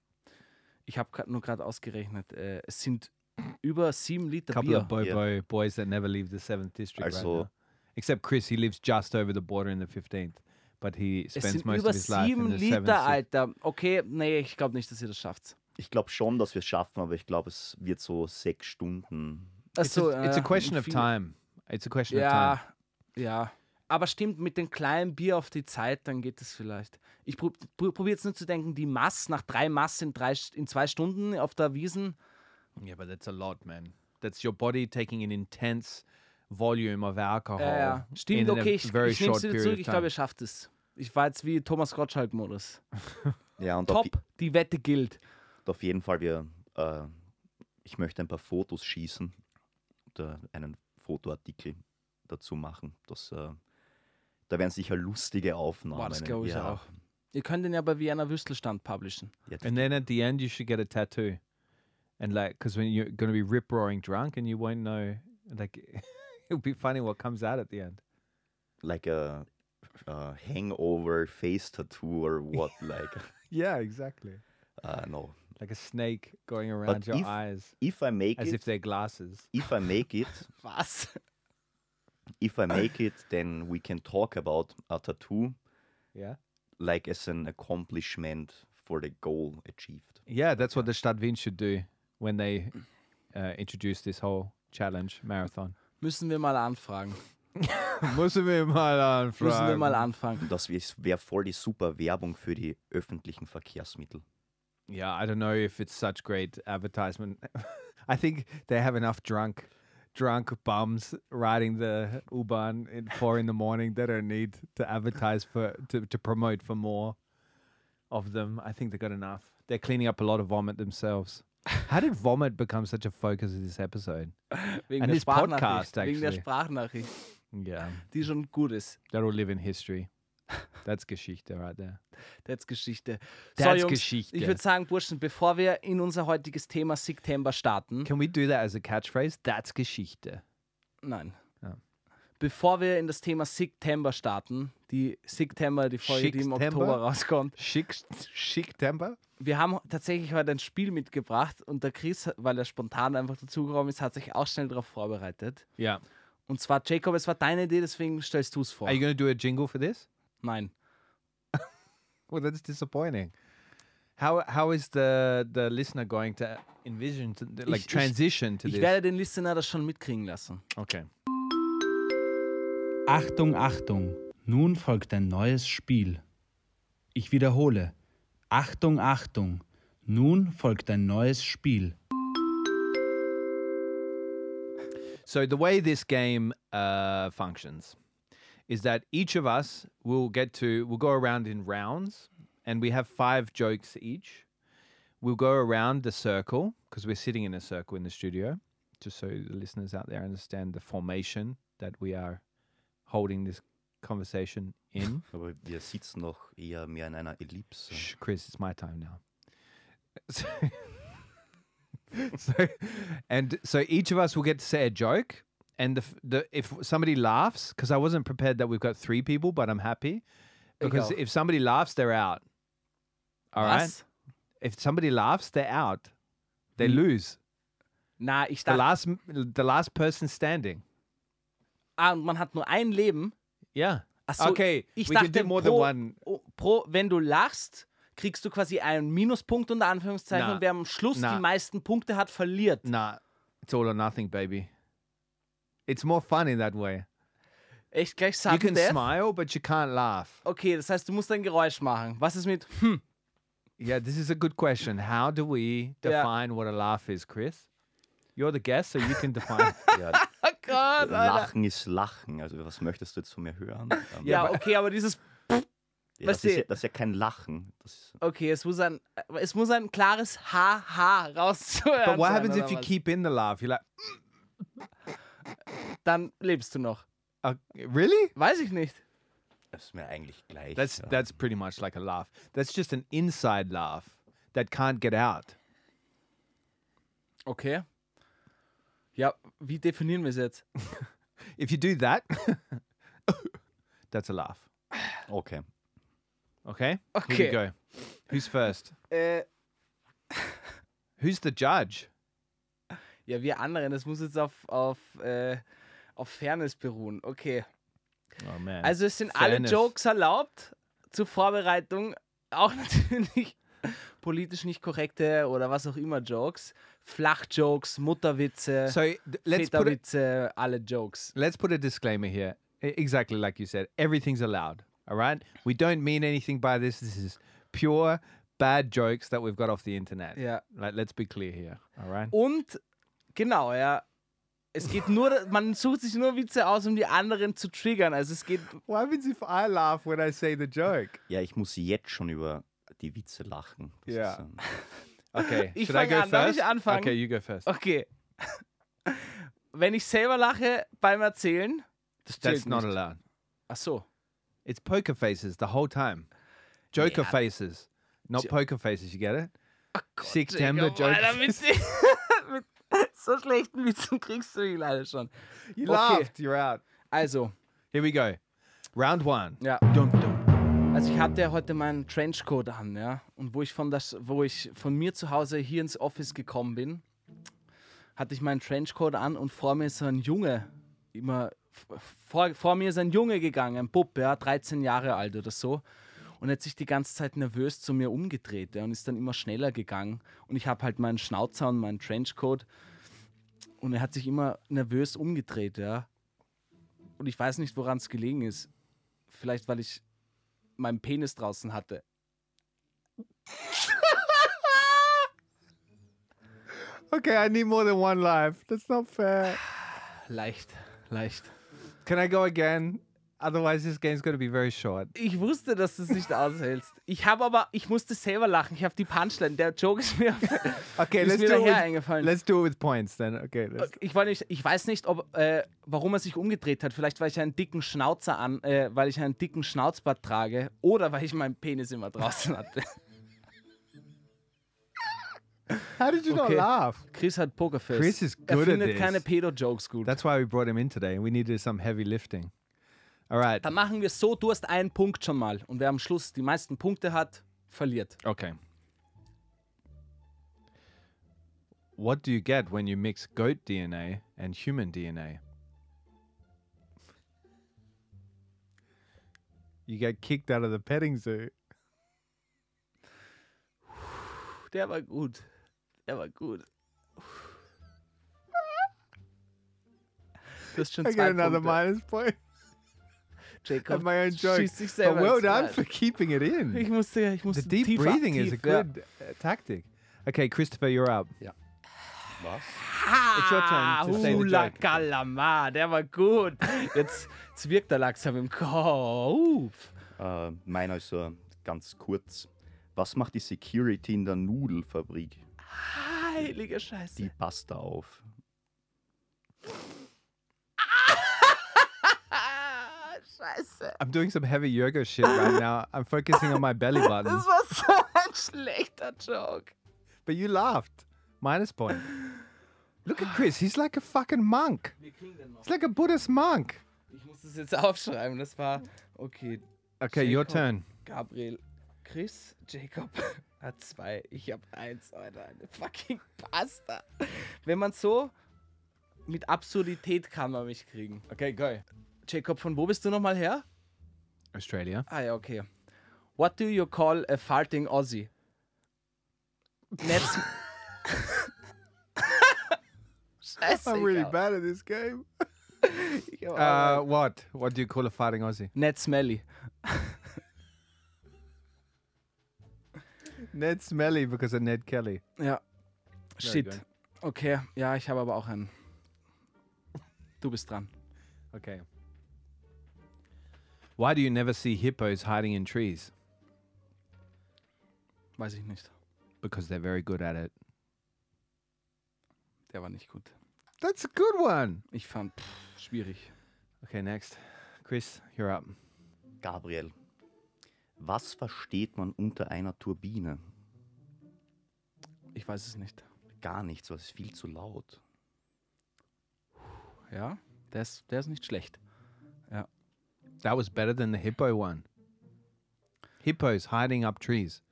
Ich habe nur gerade ausgerechnet, äh, es sind über sieben
A
Liter
couple
Bier.
of Bobo boys that never leave the seventh district right
Also-
now. Except Chris, he lives just over the border in the fifteenth. But he
es
spends
sind
most
über
of his life in
sieben
the seventh.
Liter,
city.
Alter. Okay, nee, ich glaube nicht, dass ihr das schafft.
ich glaube schon, dass wir es schaffen, aber ich glaube, es wird so sechs Stunden.
It's, a,
uh,
it's a question of
äh, viel-
time. It's a question of time.
Ja, ja. Aber stimmt, mit dem kleinen Bier auf die Zeit, dann geht es vielleicht. Ich prob, probiere jetzt nur zu denken, die Mass, nach drei Mass in, drei, St- in zwei Stunden auf der Wiesen.
Yeah, but that's a lot, man. That's your body taking an intense volume of alcohol.
Ja, ja. Stimmt,
Oh, in a
okay, ich,
very
ich nehme es
short
wieder
period
zurück.
of
Ich glaube,
time.
ihr schafft es. Ich war jetzt wie Thomas Gottschalk-Modus.
Ja, und auf,
Top, die Wette gilt.
Und auf jeden Fall, wir, äh, ich möchte ein paar Fotos schießen und äh, einen Fotoartikel dazu machen. Das, äh, da werden sicher lustige Aufnahmen.
Boah, das glaube ich
ja,
auch. Ihr könnt den ja bei Vienna Würstelstand publishen.
Ja,
And then at the end, you should get a tattoo, and like, because when you're going to be rip roaring drunk, and you won't know, like, it'll be funny what comes out at the end.
like a, a hangover face tattoo or what, like,
Yeah, exactly.
uh, no.
Like a snake going around your
if-
eyes
If I make
as
it,
if they're glasses.
if I make it,
Was?
if I make it, then we can talk about a tattoo
Yeah.
like as an accomplishment for the goal achieved.
Yeah, that's what the Stadt Wien should do when they uh, introduce this whole challenge marathon.
Müssen wir mal anfragen.
Müssen wir mal
Müssen wir mal anfangen.
Das wäre voll die super Werbung für die öffentlichen Verkehrsmittel.
Yeah, I don't know if it's such great advertisement. I think they have enough drunk, drunk bums riding the U-Bahn at four in the morning. They don't need to advertise for to, to promote for more of them. I think they got enough. They're cleaning up a lot of vomit themselves. How did vomit become such a focus of this episode?
Wegen
And
der
this podcast,
Sprachnachricht. Wegen der
actually.
Sprachnachricht,
Yeah,
die schon gut ist.
that'll live in history. That's Geschichte right there.
That's Geschichte.
That's
Jungs,
Geschichte.
Ich würde sagen, Burschen, bevor wir in unser heutiges Thema September starten,
Can we do that as a catchphrase? That's Geschichte.
nein,
Ja.
bevor wir in das Thema September starten, die September, die Folge, die im
Schicktember?
Oktober rauskommt,
Schick, schick temper.
wir haben tatsächlich heute ein Spiel mitgebracht und der Chris, weil er spontan einfach dazugekommen ist, hat sich auch schnell darauf vorbereitet.
Yeah.
Und zwar, Jacob, es war deine Idee, deswegen stellst du es vor.
Are you going to do a jingle for this?
Nein.
Well, that's disappointing. How how is the the listener going to envision to, like
ich-
transition to
Ich
this?
werde den Listener das schon mitkriegen lassen.
okay.
Achtung, Achtung, nun folgt ein neues Spiel. Ich wiederhole. Achtung, Achtung, nun folgt ein neues Spiel.
So the way this game uh, functions is that each of us will get to we'll go around in rounds, and we have five jokes each. We'll go around the circle because we're sitting in a circle in the studio, just so the listeners out there understand the formation that we are holding this conversation in.
Aber wir sitzen noch eher mehr in einer Ellipse.
Shh, Chris, it's my time now. So, so- and so each of us will get to say a joke, and the, f- the if somebody laughs, because I wasn't prepared that we've got three people, but I'm happy because
Egal.
if somebody laughs, they're out. All right.
Was?
If somebody laughs, they're out. They lose.
Na, ich
The
dachte,
last m- the last person standing.
ah, und man hat nur ein Leben.
Yeah.
Ach so,
okay.
ich
we
dachte
can do more
pro,
than one.
oh, pro, wenn du lachst, kriegst du quasi einen Minuspunkt unter Anführungszeichen
Na.
und wer am Schluss
Na.
die meisten Punkte hat, verliert.
Nah. It's all or nothing, baby. It's more fun in that way.
Echt gleich
You
Sudden
can
Death?
smile, but you can't laugh.
Okay, das heißt, du musst ein Geräusch machen. Was ist mit hm?
Yeah, this is a good question. How do we
Yeah.
define what a laugh is, Chris? You're the guest, so you can define.
Ja,
Oh Gott, Alter.
Lachen ist Lachen. Also was möchtest du jetzt von mir hören? Ähm,
Ja, okay, aber dieses
ja, das,
weißt
ist
du-
ja, das ist ja kein Lachen. Das ist,
Okay, es muss ein es muss ein klares HH rauszuhören.
but what
sein,
happens
oder
if you
was?
keep in the laugh? You're like,
dann lebst du noch.
"Uh, really?
Weiß ich nicht.
das ist mir eigentlich gleich.
That's
ja.
that's pretty much like a laugh. That's just an inside laugh that can't get out.
Okay. Ja, wie definieren wir es jetzt?
If you do that, that's a laugh.
okay.
Okay. Here
Okay.
we go. Who's first?
Äh,
Who's the judge?
ja, wir anderen, das muss jetzt auf auf äh, auf Fairness beruhen. Okay.
Oh man.
Also es sind alle
Fairness.
Jokes erlaubt zur Vorbereitung, auch natürlich politisch nicht korrekte oder was auch immer Jokes, Flachjokes, Mutterwitze,
so th- let's put it,
Väterwitze, alle Jokes.
let's put a disclaimer here. E- Exactly like you said, everything's allowed. All right, we don't mean anything by this. This is pure bad jokes that we've got off the internet.
Ja.
like let's be clear here. All right.
Und genau, ja. Es geht nur, man sucht sich nur Witze aus, um die anderen zu triggern. Also es geht,
What happens if I laugh when I say the joke?
Ja, ich muss jetzt schon über die Witze lachen. Das
Ja.
Ist, ähm,
Okay,
Ich
should I
fang
go
an. Darf ich
first?
anfangen?
Okay, you go first.
okay. Wenn ich selber lache beim Erzählen, das
That's
zählt
not
nicht.
allowed.
Ach so.
It's poker faces the whole time. Joker
Yeah.
faces, not
Jo-
poker faces. You get it?
Gott,
September
Jacob, Alter,
Joke.
mit, mit so schlechten Witzen kriegst du ihn leider schon.
You
Okay.
laughed. You're out.
Also,
Here we go. Round one.
ja.
Dum, dum.
Also ich hatte ja heute meinen Trenchcoat an, ja. Und wo ich von das, wo ich von mir zu Hause hier ins Office gekommen bin, hatte ich meinen Trenchcoat an und vor mir ist so ein Junge, immer v- vor, vor mir ist ein Junge gegangen, ein Bub, ja, 13 Jahre alt oder so. Und hat sich die ganze Zeit nervös zu mir umgedreht ja, und ist dann immer schneller gegangen. Und ich habe halt meinen Schnauzer und meinen Trenchcoat. Und er hat sich immer nervös umgedreht, ja. Und ich weiß nicht, woran es gelegen ist. Vielleicht, weil ich meinen Penis draußen hatte.
Okay, I need more than one life. That's not fair.
Leicht, leicht.
Can I go again? Otherwise, this game's going to be very short.
Ich wusste, dass du es nicht aushältst. Ich habe aber, ich musste selber lachen. Ich habe die Punchline. Der Joke ist mir.
Okay,
Ist
let's
mir
do it.
daher
With,
eingefallen.
let's do it with points then. Okay. Let's,
Ich, war nicht, ich weiß nicht, ob, äh, warum er sich umgedreht hat. Vielleicht, weil ich einen dicken Schnauzer an, äh, weil ich einen dicken Schnauzbart trage oder weil ich meinen Penis immer draußen hatte.
How did you
Okay.
not laugh?
Chris hat Pokerface.
Chris is
er
good at
findet
this.
keine Pedo-Jokes gut.
That's why we brought him in today, and we needed some heavy lifting. All right.
Dann machen wir so, du hast einen Punkt schon mal. Und wer am Schluss die meisten Punkte hat, verliert.
Okay. What do you get when you mix goat DNA and human DNA? You get kicked out of the petting zoo.
Der war gut. Der war gut. Du hast schon
I
zwei
get another
Punkte.
minus point
Jacob
at my own joke.
schießt sich
But
selber
well
ins
done
Bein.
for keeping it in.
Ich musste, ich
The
musste
deep
tiefer-
breathing is a
tief, ja.
good uh, tactic. Okay, Christopher, you're up. Ah,
Ah,
It's your turn to say the
Hula
joke.
Kalama, der war gut. Jetzt, jetzt wirkt er langsam im Kopf.
Äh, meiner ist so ganz kurz. Was macht die Security in der Nudelfabrik?
Heiliger
Die
Scheiße.
passt da auf.
Ah, Scheiße.
I'm doing some heavy yoga shit right now. I'm focusing on my belly button.
Das war so ein schlechter Joke.
But you laughed. Minus point. Look at Chris. He's like a fucking monk. He's like a Buddhist monk.
Ich muss das jetzt aufschreiben. Das war. Okay,
Okay, your
Jacob.
turn.
Gabriel. Chris, Jacob hat zwei. Ich hab eins, oh, Alter. Eine fucking Pasta. Wenn man so. Mit Absurdität kann man mich kriegen. Okay, geil. Jacob, von wo bist du nochmal her?
Australia.
Ah ja, okay. What do you call a farting Aussie? Netz. Scheiße.
I'm really bad at this game. Uh,
Uh,
what? What do you call a fighting Aussie?
Net smelly.
Ned Smelly because of Ned Kelly.
Ja. Shit.
good.
Okay, ja, ich habe aber auch einen. Du bist dran.
Okay. Why do you never see hippos hiding in trees?
Weiß ich nicht.
Because they're very good at it.
Der war nicht gut.
That's a good one.
Ich fand pff, schwierig.
Okay, next. Chris, you're up.
Gabriel, was versteht man unter einer Turbine?
Ich weiß es nicht.
Gar nichts, was ist viel zu laut.
Ja, der ist, der ist nicht schlecht.
That was better than the hippo one. Hippos hiding up trees.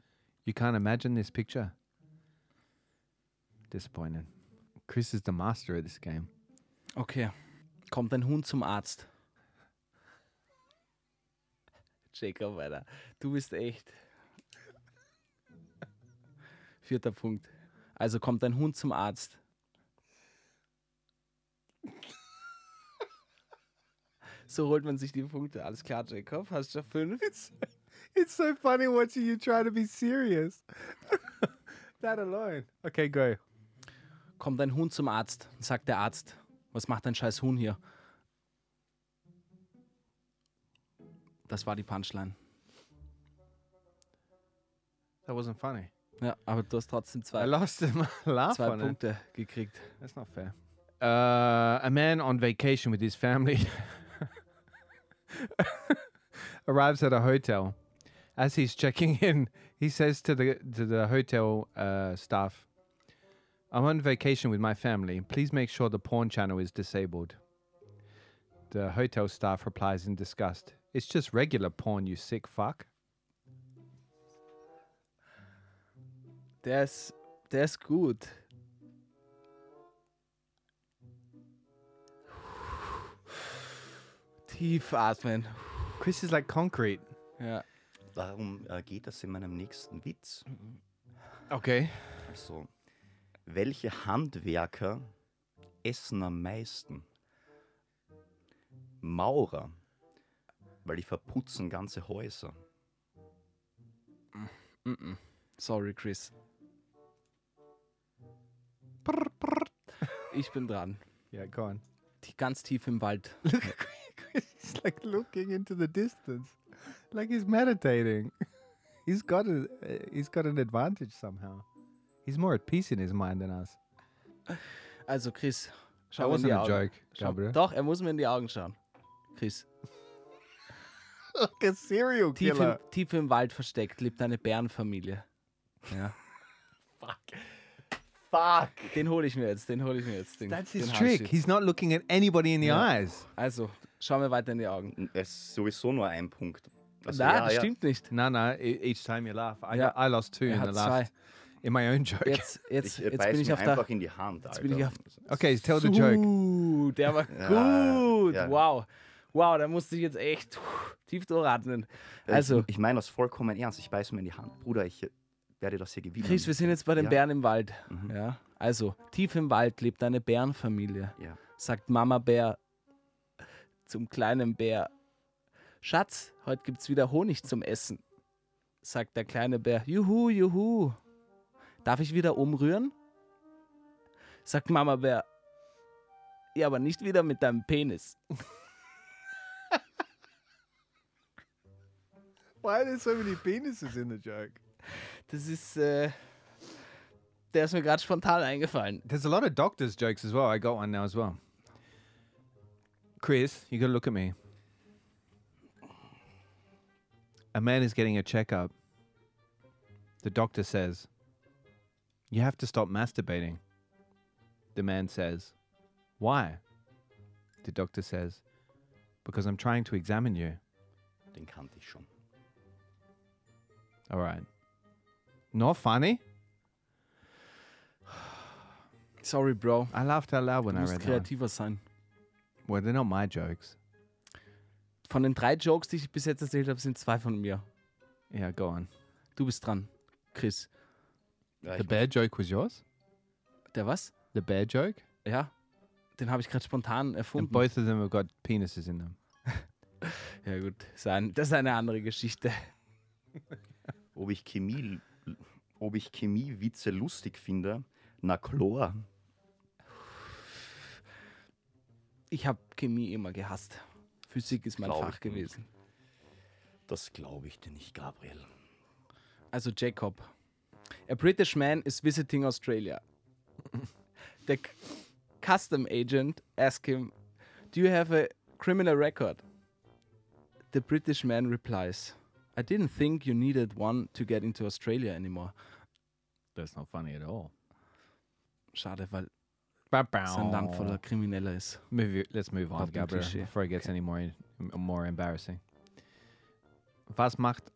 You can't imagine this picture. Disappointed. Chris is the master at this game.
Okay. Kommt ein Hund zum Arzt. Jacob, Alter. Du bist echt. Vierter Punkt. Also kommt ein Hund zum Arzt. So holt man sich die Punkte. Alles klar, Jacob. Hast du fünf?
It's so funny watching you try to be serious. that alone. Okay, go.
Kommt ein Hund zum Arzt, sagt der Arzt. Was macht ein scheiß Huhn hier? Das war die Punchline.
That wasn't funny.
Ja, aber du hast trotzdem
I
zwei,
lost my laugh
zwei
on it.
Punkte gekriegt.
That's not fair. Uh, a man on vacation with his family arrives at a hotel. As he's checking in, he says to the to the hotel uh, staff, "I'm on vacation with my family. Please make sure the porn channel is disabled." The hotel staff replies in disgust, "It's just regular porn, you sick fuck."
Der ist, der ist gut. Tief atmen.
Chris is like concrete.
Ja.
Darum äh, geht es in meinem nächsten Witz.
Okay.
Also, welche Handwerker essen am meisten? Maurer, weil die verputzen ganze Häuser.
Sorry, Chris. Ich bin dran.
Yeah, go on.
Die- Ganz tief im Wald.
He's like looking into the distance, like he's meditating. He's got a, uh, he's got an advantage somehow. He's more at peace in his mind than us.
Also, Chris,
That
schau mir in
wasn't
die
a
Augen.
joke,
Schau-
Gabriel.
Doch, er muss mir in die Augen schauen. Chris.
Like a serial
Tief im, tief im Wald versteckt lebt eine Bärenfamilie. Ja. Fuck. Fuck. Den hole ich mir jetzt, den hole ich mir jetzt. Den,
That's his
den
trick.
Haarschnitt.
He's not looking at anybody in the
Yeah.
eyes.
Also, schau mir weiter in die Augen.
Es ist sowieso nur ein Punkt. Also,
Na,
ja,
das
ja.
stimmt nicht.
No, no. e- Each time you laugh, I,
Yeah.
I lost two
Er
in
hat
the last in my own joke.
Jetzt, jetzt,
Ich äh,
jetzt
beiß
bin ich
mir
auf der.
einfach in die Hand. Alter. Also, äh,
bin ich auf-
Okay, tell the joke.
Uh, der war
Ja,
gut.
ja.
Wow. Wow, da musste ich jetzt echt puh, tief durchatmen.
Äh,
Also,
Ich, ich meine das vollkommen ernst. Ich beiß mir in die Hand. Bruder, ich äh, werde das hier gewinnen.
Chris, wir sind jetzt bei den
Ja.
Bären im Wald.
Mhm.
Ja? Also, tief im Wald lebt eine Bärenfamilie,
Ja.
sagt Mama Bär zum kleinen Bär. Schatz, heute gibt's wieder Honig zum Essen, sagt der kleine Bär. Juhu, juhu. Darf ich wieder umrühren? Sagt Mama Bär. Ja, aber nicht wieder mit deinem Penis.
Why are there so many penises in the joke?
Das ist, äh, der ist mir gerade spontan eingefallen.
There's a lot of doctors' jokes as well. I got one now as well. Chris, you gotta look at me. A man is getting a checkup. The doctor says, You have to stop masturbating. The man says, Why? The doctor says, Because I'm trying to examine you.
Den kannte ich schon.
All right. Not funny?
Sorry, Bro.
I laughed out loud when
Du
I
musst
read that.
kreativer sein.
one. Well, they're not my jokes.
Von den drei Jokes, die ich bis jetzt erzählt habe, sind zwei von mir.
Yeah, go on.
Du bist dran, Chris.
Ja,
The
ich,
bear joke was yours?
Der was?
The bear joke?
Ja. Den habe ich gerade spontan
And
erfunden.
both of them have got penises in them.
Ja gut, ist ein- das ist eine andere Geschichte.
ob ich Chemie, ob ich Chemiewitze lustig finde? Na klar.
Ich habe Chemie immer gehasst. Physik ist mein
Glaub
Fach
ich nicht.
gewesen.
Das glaube ich dir nicht, Gabriel.
Also Jacob. A British man is visiting Australia. The c- custom agent asks him, "Do you have a criminal record?" The British man replies, "I didn't think you needed one to get into Australia anymore."
That's not funny at all.
Schade, weil sein Land voller
Bow-bow.
Krimineller ist.
Move it- let's move on,
Fucking
Gabriel,
cliché.
before it gets any more in- more embarrassing. Was macht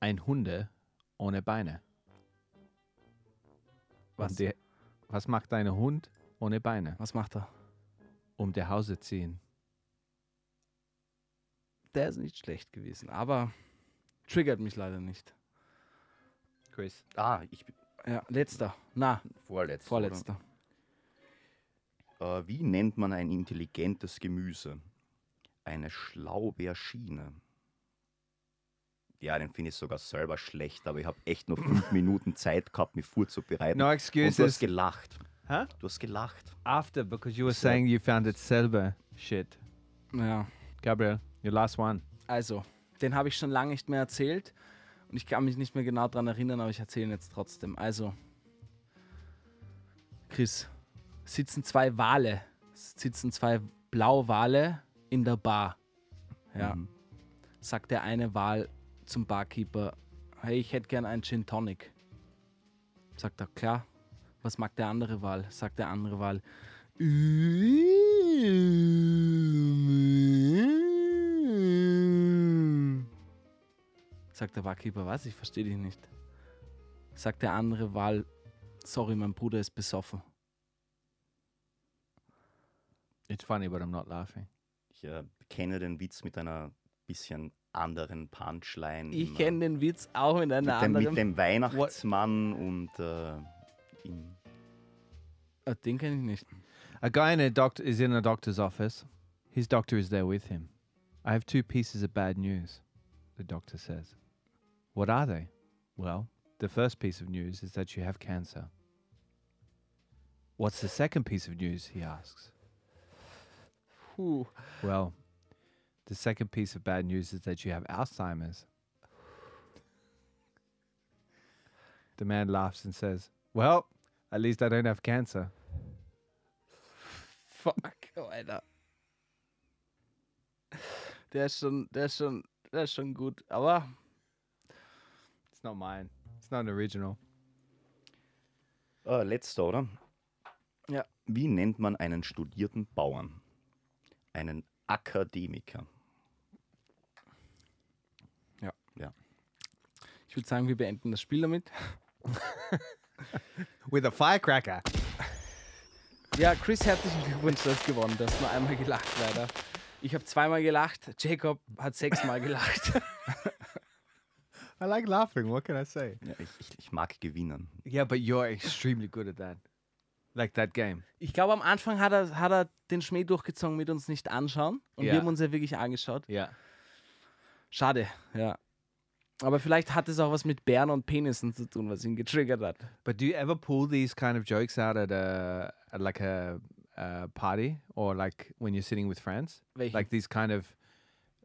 ein Hunde ohne Beine?
Was?
Um die, was macht ein Hund ohne Beine?
Was macht er?
Um die Hause ziehen.
Der ist nicht schlecht gewesen, aber triggert mich leider nicht.
Chris.
Ah, ich bin
Ja, letzter. Na,
vorletzter.
vorletzter.
Oder? Äh, wie nennt man ein intelligentes Gemüse? Eine Schlaubeerschiene. Ja, den finde ich sogar selber schlecht, aber ich habe echt nur fünf Minuten Zeit gehabt, mich vorzubereiten.
No
Und du hast
excuses.
gelacht.
Hä?
Du hast gelacht.
After, because you were saying you found it selber shit.
Ja.
Gabriel, your last one.
Also, den habe ich schon lange nicht mehr erzählt und ich kann mich nicht mehr genau daran erinnern, aber ich erzähle ihn jetzt trotzdem. Also, Chris, sitzen zwei Wale, sitzen zwei Blauwale in der Bar. Ja, sagt der eine Wal zum Barkeeper, hey, ich hätte gern einen Gin Tonic. Sagt er, klar. Was mag der andere Wal? Sagt der andere Wal, Sagt der Barkeeper, was? Ich verstehe dich nicht. Sagt der andere Wal, sorry, mein Bruder ist besoffen.
It's funny, but I'm not laughing.
Ich äh, kenne den Witz mit einer bisschen anderen Punchline.
Ich
im, äh,
kenne den Witz auch in einer
mit dem,
anderen.
mit dem Weihnachtsmann und äh, im-
Ah, den kenne ich nicht.
A guy in a doctor is in a doctor's office. His doctor is there with him. I have two pieces of bad news, the doctor says. What are they? Well, the first piece of news is that you have cancer. What's the second piece of news? he asks.
Puh.
Well, the second piece of bad news is that you have Alzheimer's. The man laughs and says, Well, at least I don't have cancer.
Fuck, Alter. Der ist schon, der ist schon, der ist schon gut. Aber
It's not mine. It's not an original.
äh, letzter, oder?
Ja.
Wie nennt man einen studierten Bauern? Einen Akademiker.
ich würde sagen, wir beenden das Spiel damit.
With a firecracker.
Ja, Chris, herzlichen Glückwunsch, du hast gewonnen. Du hast nur einmal gelacht, leider. Ich habe zweimal gelacht, Jacob hat sechsmal gelacht.
I like laughing. What can I say?
Ja, ich, ich, ich mag gewinnen.
Yeah, but you're extremely good at that. Like that game.
Ich glaube, am Anfang hat er, hat er den Schmäh durchgezogen mit uns nicht anschauen. Und
Ja.
wir haben uns ja wirklich angeschaut.
Yeah.
Schade, ja. Aber vielleicht hat es auch was mit Bären und Penissen zu tun, was ihn getriggert hat.
But do you ever pull these kind of jokes out at a at like a, a party or like when you're sitting with friends?
Welche?
Like these kind of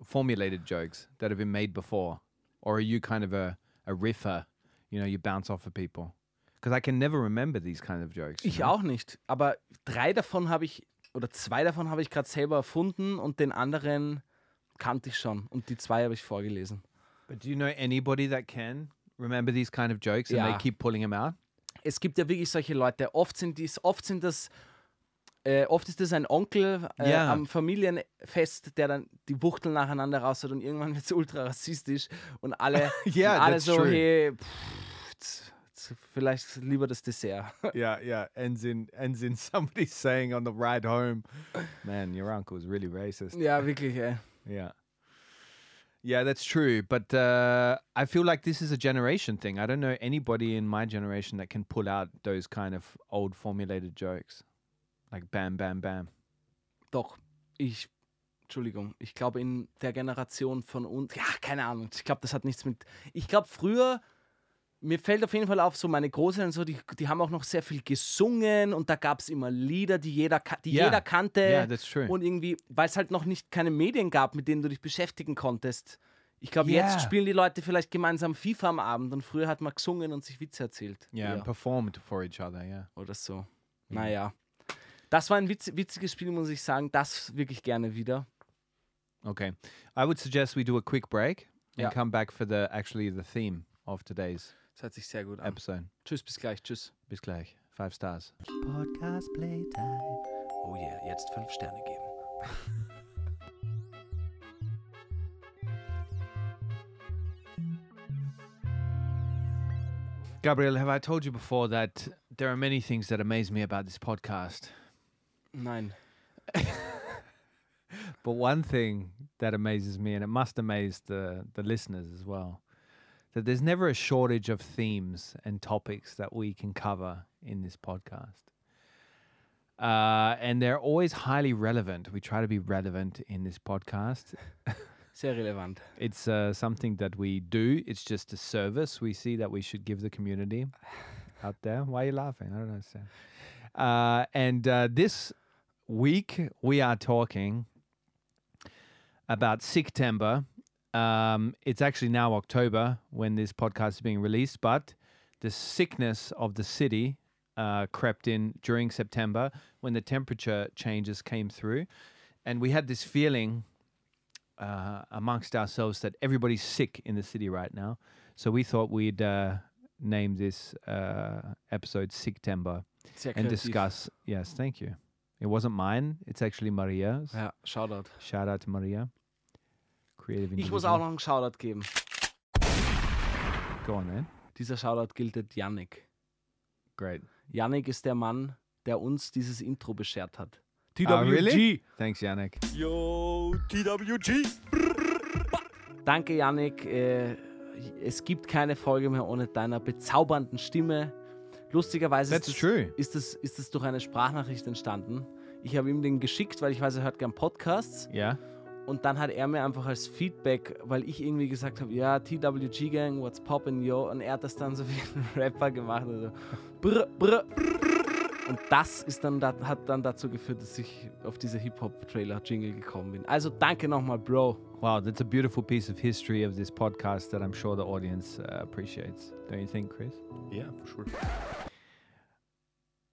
formulated jokes that have been made before, or are you kind of a a riffer? You know, you bounce off of people. Because I can never remember these kind of jokes. you
Ich
know?
auch nicht. Aber drei davon habe ich, oder zwei davon habe ich gerade selber erfunden und den anderen kannte ich schon. Und die zwei habe ich vorgelesen.
But do you know anybody that can remember these kind of jokes and
Yeah.
they keep pulling them out?
Es gibt ja wirklich solche Leute. Oft sind dies, oft sind das, äh, oft ist das ein Onkel äh,
Ja.
am Familienfest, der dann die Wuchtel nacheinander raus hat und irgendwann wird es ultra rassistisch und alle,
Yeah,
und alle
that's
so,
true.
hey, pff, z- z- vielleicht lieber das Dessert.
Yeah, yeah. Ends in ends in somebody saying on the ride home, "Man, your uncle was really racist."
ja, wirklich, ey.
Yeah. Yeah, that's true. But uh, I feel like this is a generation thing. I don't know anybody in my generation that can pull out those kind of old formulated jokes. Like bam, bam, bam.
Doch, ich, Entschuldigung, ich glaube in der Generation von uns, ja, keine Ahnung, ich glaube, das hat nichts mit, ich glaube früher, mir fällt auf jeden Fall auf, so meine Großeltern, und so, die, die haben auch noch sehr viel gesungen und da gab es immer Lieder, die jeder, ka- die
Ja.
jeder kannte
Yeah, that's true.
und irgendwie, weil es halt noch nicht keine Medien gab, mit denen du dich beschäftigen konntest. Ich glaube,
Ja.
jetzt spielen die Leute vielleicht gemeinsam FIFA am Abend und früher hat man gesungen und sich Witze erzählt.
yeah, and performed for each other. Yeah.
oder
Mhm.
so. Naja. Das war ein witz witziges Spiel, muss ich sagen. Das wirklich gerne wieder.
Okay. I would suggest we do a quick break and
Yeah.
come back for the actually the theme of today's
Das hört sich sehr gut an.
episode.
Tschüss, bis gleich. Tschüss.
Bis gleich. Five stars.
Podcast Playtime. Oh yeah, jetzt fünf Sterne geben.
Gabriel, have I told you before that there are many things that amaze me about this podcast?
Nein.
But one thing that amazes me, and it must amaze the, the listeners as well, that there's never a shortage of themes and topics that we can cover in this podcast. Uh, and they're always highly relevant. We try to be relevant in this podcast.
Sehr relevant.
It's uh, something that we do, it's just a service we see that we should give the community out there. Why are you laughing? I don't understand. Uh, and uh, this week, we are talking about September. Um, it's actually now October when this podcast is being released, but the sickness of the city uh, crept in during September when the temperature changes came through. And we had this feeling uh, amongst ourselves that everybody's sick in the city right now. So we thought we'd uh, name this uh, episode September
Sehr
and
kreativ.
discuss. Yes, thank you. It wasn't mine. It's actually Maria's.
Ja, Shoutout.
Shout out to Maria. Creative
Ich muss
individual.
auch noch einen Shoutout geben.
Go on, man.
Dieser Shoutout gilt Yannick.
Great.
Yannick ist der Mann, der uns dieses Intro beschert hat.
Ah, really? Thanks, Yannick.
Yo, TWG.
Danke, Yannick. Äh, es gibt keine Folge mehr ohne deiner bezaubernden Stimme. Lustigerweise
That's
ist, das,
true.
ist, das, ist das durch eine Sprachnachricht entstanden. Ich habe ihm den geschickt, weil ich weiß, er hört gern Podcasts.
Yeah.
Und dann hat er mir einfach als Feedback, weil ich irgendwie gesagt habe, ja, TWG Gang, what's poppin', yo. Und er hat das dann so wie ein Rapper gemacht. Also, brr, brr, brr. Und das ist dann, da- hat dann dazu geführt, dass ich auf diese Hip-Hop-Trailer-Jingle gekommen bin. Also danke nochmal, Bro.
Wow, that's a beautiful piece of history of this podcast that I'm sure the audience uh, appreciates. Don't you think, Chris?
Yeah, for sure.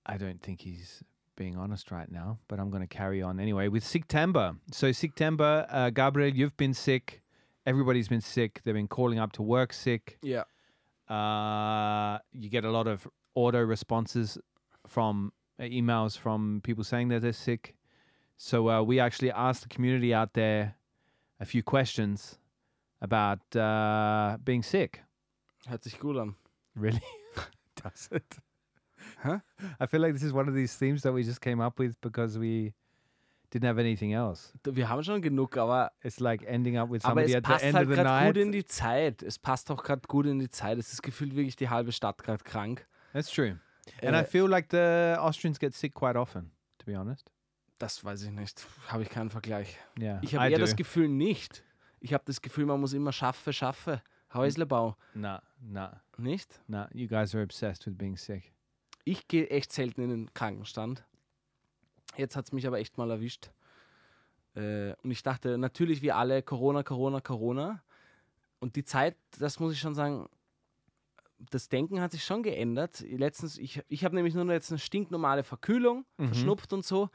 I don't think he's being honest right now, but I'm going to carry on anyway with September. So September, uh, Gabriel, you've been sick. Everybody's been sick. They've been calling up to work sick.
Ja.
Uh, you get a lot of auto responses from uh, emails from people saying that they're sick. So uh, we actually asked the community out there a few questions about uh, being sick.
Hört sich gut an.
Really? Does it?
Huh?
I feel like this is one of these themes that we just came up with because we didn't have anything else.
Wir haben schon genug, aber,
It's like ending up with
aber
somebody
es
at the
passt
end
halt
of the
gerade
night.
gut in die Zeit. Es passt auch gerade gut in die Zeit. Es ist gefühlt wirklich die halbe Stadt gerade krank.
That's true. And I
Äh,
feel like the Austrians get sick quite often, to be honest.
Das weiß ich nicht. Habe ich keinen Vergleich.
Yeah.
Ich habe
I
eher
do.
das Gefühl nicht. Ich habe das Gefühl, man muss immer schaffe, schaffe. Häuslebau,
Nah, nah,
nicht?
nah. You guys are obsessed with being sick.
Ich gehe echt selten in den Krankenstand. Jetzt hat es mich aber echt mal erwischt. Äh, und ich dachte, natürlich wie alle, Corona, Corona, Corona. Und die Zeit, das muss ich schon sagen, das Denken hat sich schon geändert. Letztens, ich, ich habe nämlich nur noch jetzt eine stinknormale Verkühlung,
Mhm.
verschnupft und so.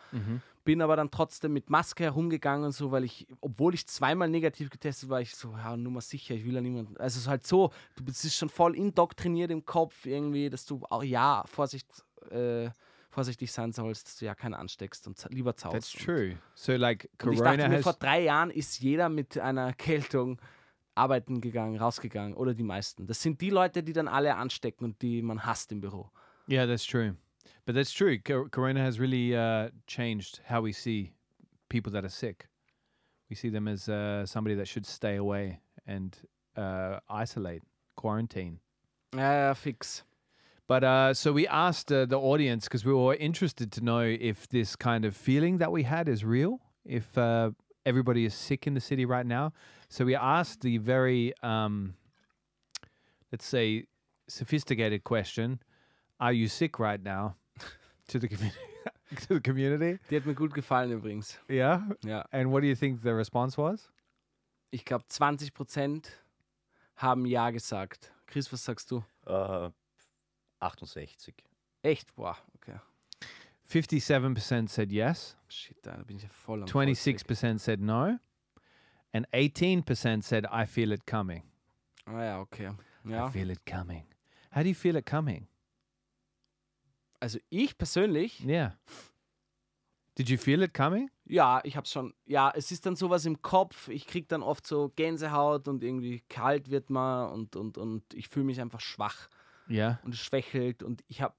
Bin aber dann trotzdem mit Maske herumgegangen und so, weil ich, obwohl ich zweimal negativ getestet war, ich so, ja, nur mal sicher, ich will ja niemanden. Also es ist halt so, du bist bist schon voll indoktriniert im Kopf irgendwie, dass du auch, ja, Vorsicht, äh, vorsichtig sein sollst, dass du ja keinen ansteckst und z- lieber zaust.
That's
und-
true. So like
und ich dachte
Corona
mir, vor
has
drei Jahren ist jeder mit einer Erkältung arbeiten gegangen, rausgegangen oder die meisten. Das sind die Leute, die dann alle anstecken und die man hasst im Büro.
Yeah, that's true. But that's true. Co- Corona has really uh, changed how we see people that are sick. We see them as uh, somebody that should stay away and uh, isolate, quarantine.
Ja, ja, fix.
But uh, so we asked uh, the audience because we were interested to know if this kind of feeling that we had is real, if uh, everybody is sick in the city right now. So we asked the very, um, let's say, sophisticated question Are you sick right now? to, the community. to the community.
Die hat mir gut gefallen übrigens.
Yeah.
Ja.
And what do you think the response was?
Ich glaube, 20 Prozent haben Ja gesagt. Chris, was sagst du?
Äh, 68.
Echt? Boah, okay.
57% said yes,
Shit, da bin ich ja voll am
26% said no, and 18% said, I feel it coming.
Vollzeug. Ah ja, okay.
I
Ja.
feel it coming. How do you feel it coming?
Also ich persönlich,
Yeah. Did you feel it coming?
ja, ich hab's schon, ja, es ist dann sowas im Kopf, ich krieg dann oft so Gänsehaut und irgendwie kalt wird man und, und, und ich fühle mich einfach schwach
Yeah.
und es schwächelt und ich hab,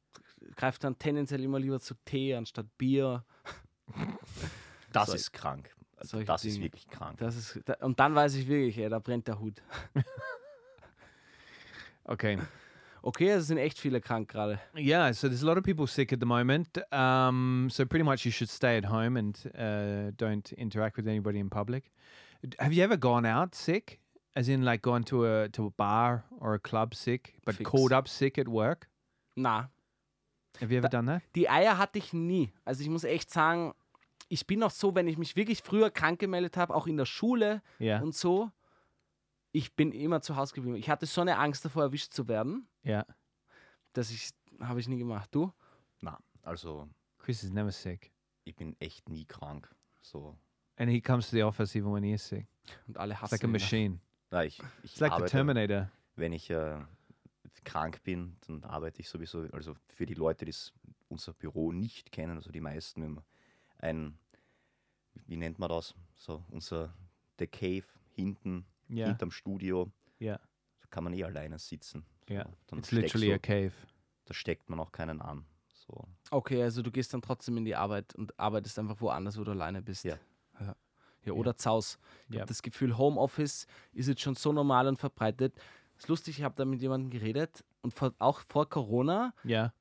greife dann tendenziell immer lieber zu Tee anstatt Bier.
Das
Solche-
ist krank. Also
solche
das ist
Dinge.
wirklich krank.
Das ist, da, und dann weiß ich wirklich, ey, da brennt der Hut.
Okay.
Okay, es sind echt viele krank gerade.
Yeah. So there's a lot of people sick at the moment. Um, so pretty much you should stay at home and uh, don't interact with anybody in public. D- Have you ever gone out sick? As in, like, gone to a to a bar or a club sick, but
Fix.
called up sick at work?
Na,
Have you ever done that?
die Eier hatte ich nie. Also ich muss echt sagen, ich bin auch so, wenn ich mich wirklich früher krank gemeldet habe, auch in der Schule,
Yeah.
und so. Ich bin immer zu Hause geblieben. Ich hatte so eine Angst davor, erwischt zu werden,
Yeah.
dass ich, habe ich nie gemacht. Du?
Na, also
Chris is never sick,
ich bin echt nie krank. So.
and he comes to the office even when he is sick.
Und alle
It's
hassen
like a
ihn. ne?
machine.
Na, ich, ich
It's like the
arbeite,
Terminator.
wenn ich äh, krank bin, dann arbeite ich sowieso. Also für die Leute, die s- unser Büro nicht kennen, also die meisten, wenn man ein, wie nennt man das? So unser The Cave hinten,
Ja.
hinterm Studio,
Yeah.
da kann man eh alleine sitzen. So,
Yeah.
Dann
It's
steckst
literally
du,
a cave.
da steckt man auch keinen an. So.
Okay, also du gehst dann trotzdem in die Arbeit und arbeitest einfach woanders, wo du alleine bist.
Ja.
Ja, ja oder Zaus. Ich
Ja.
habe das Gefühl, Homeoffice ist jetzt schon so normal und verbreitet. Ist lustig, ich habe da mit jemandem geredet und vor, auch vor Corona
Yeah.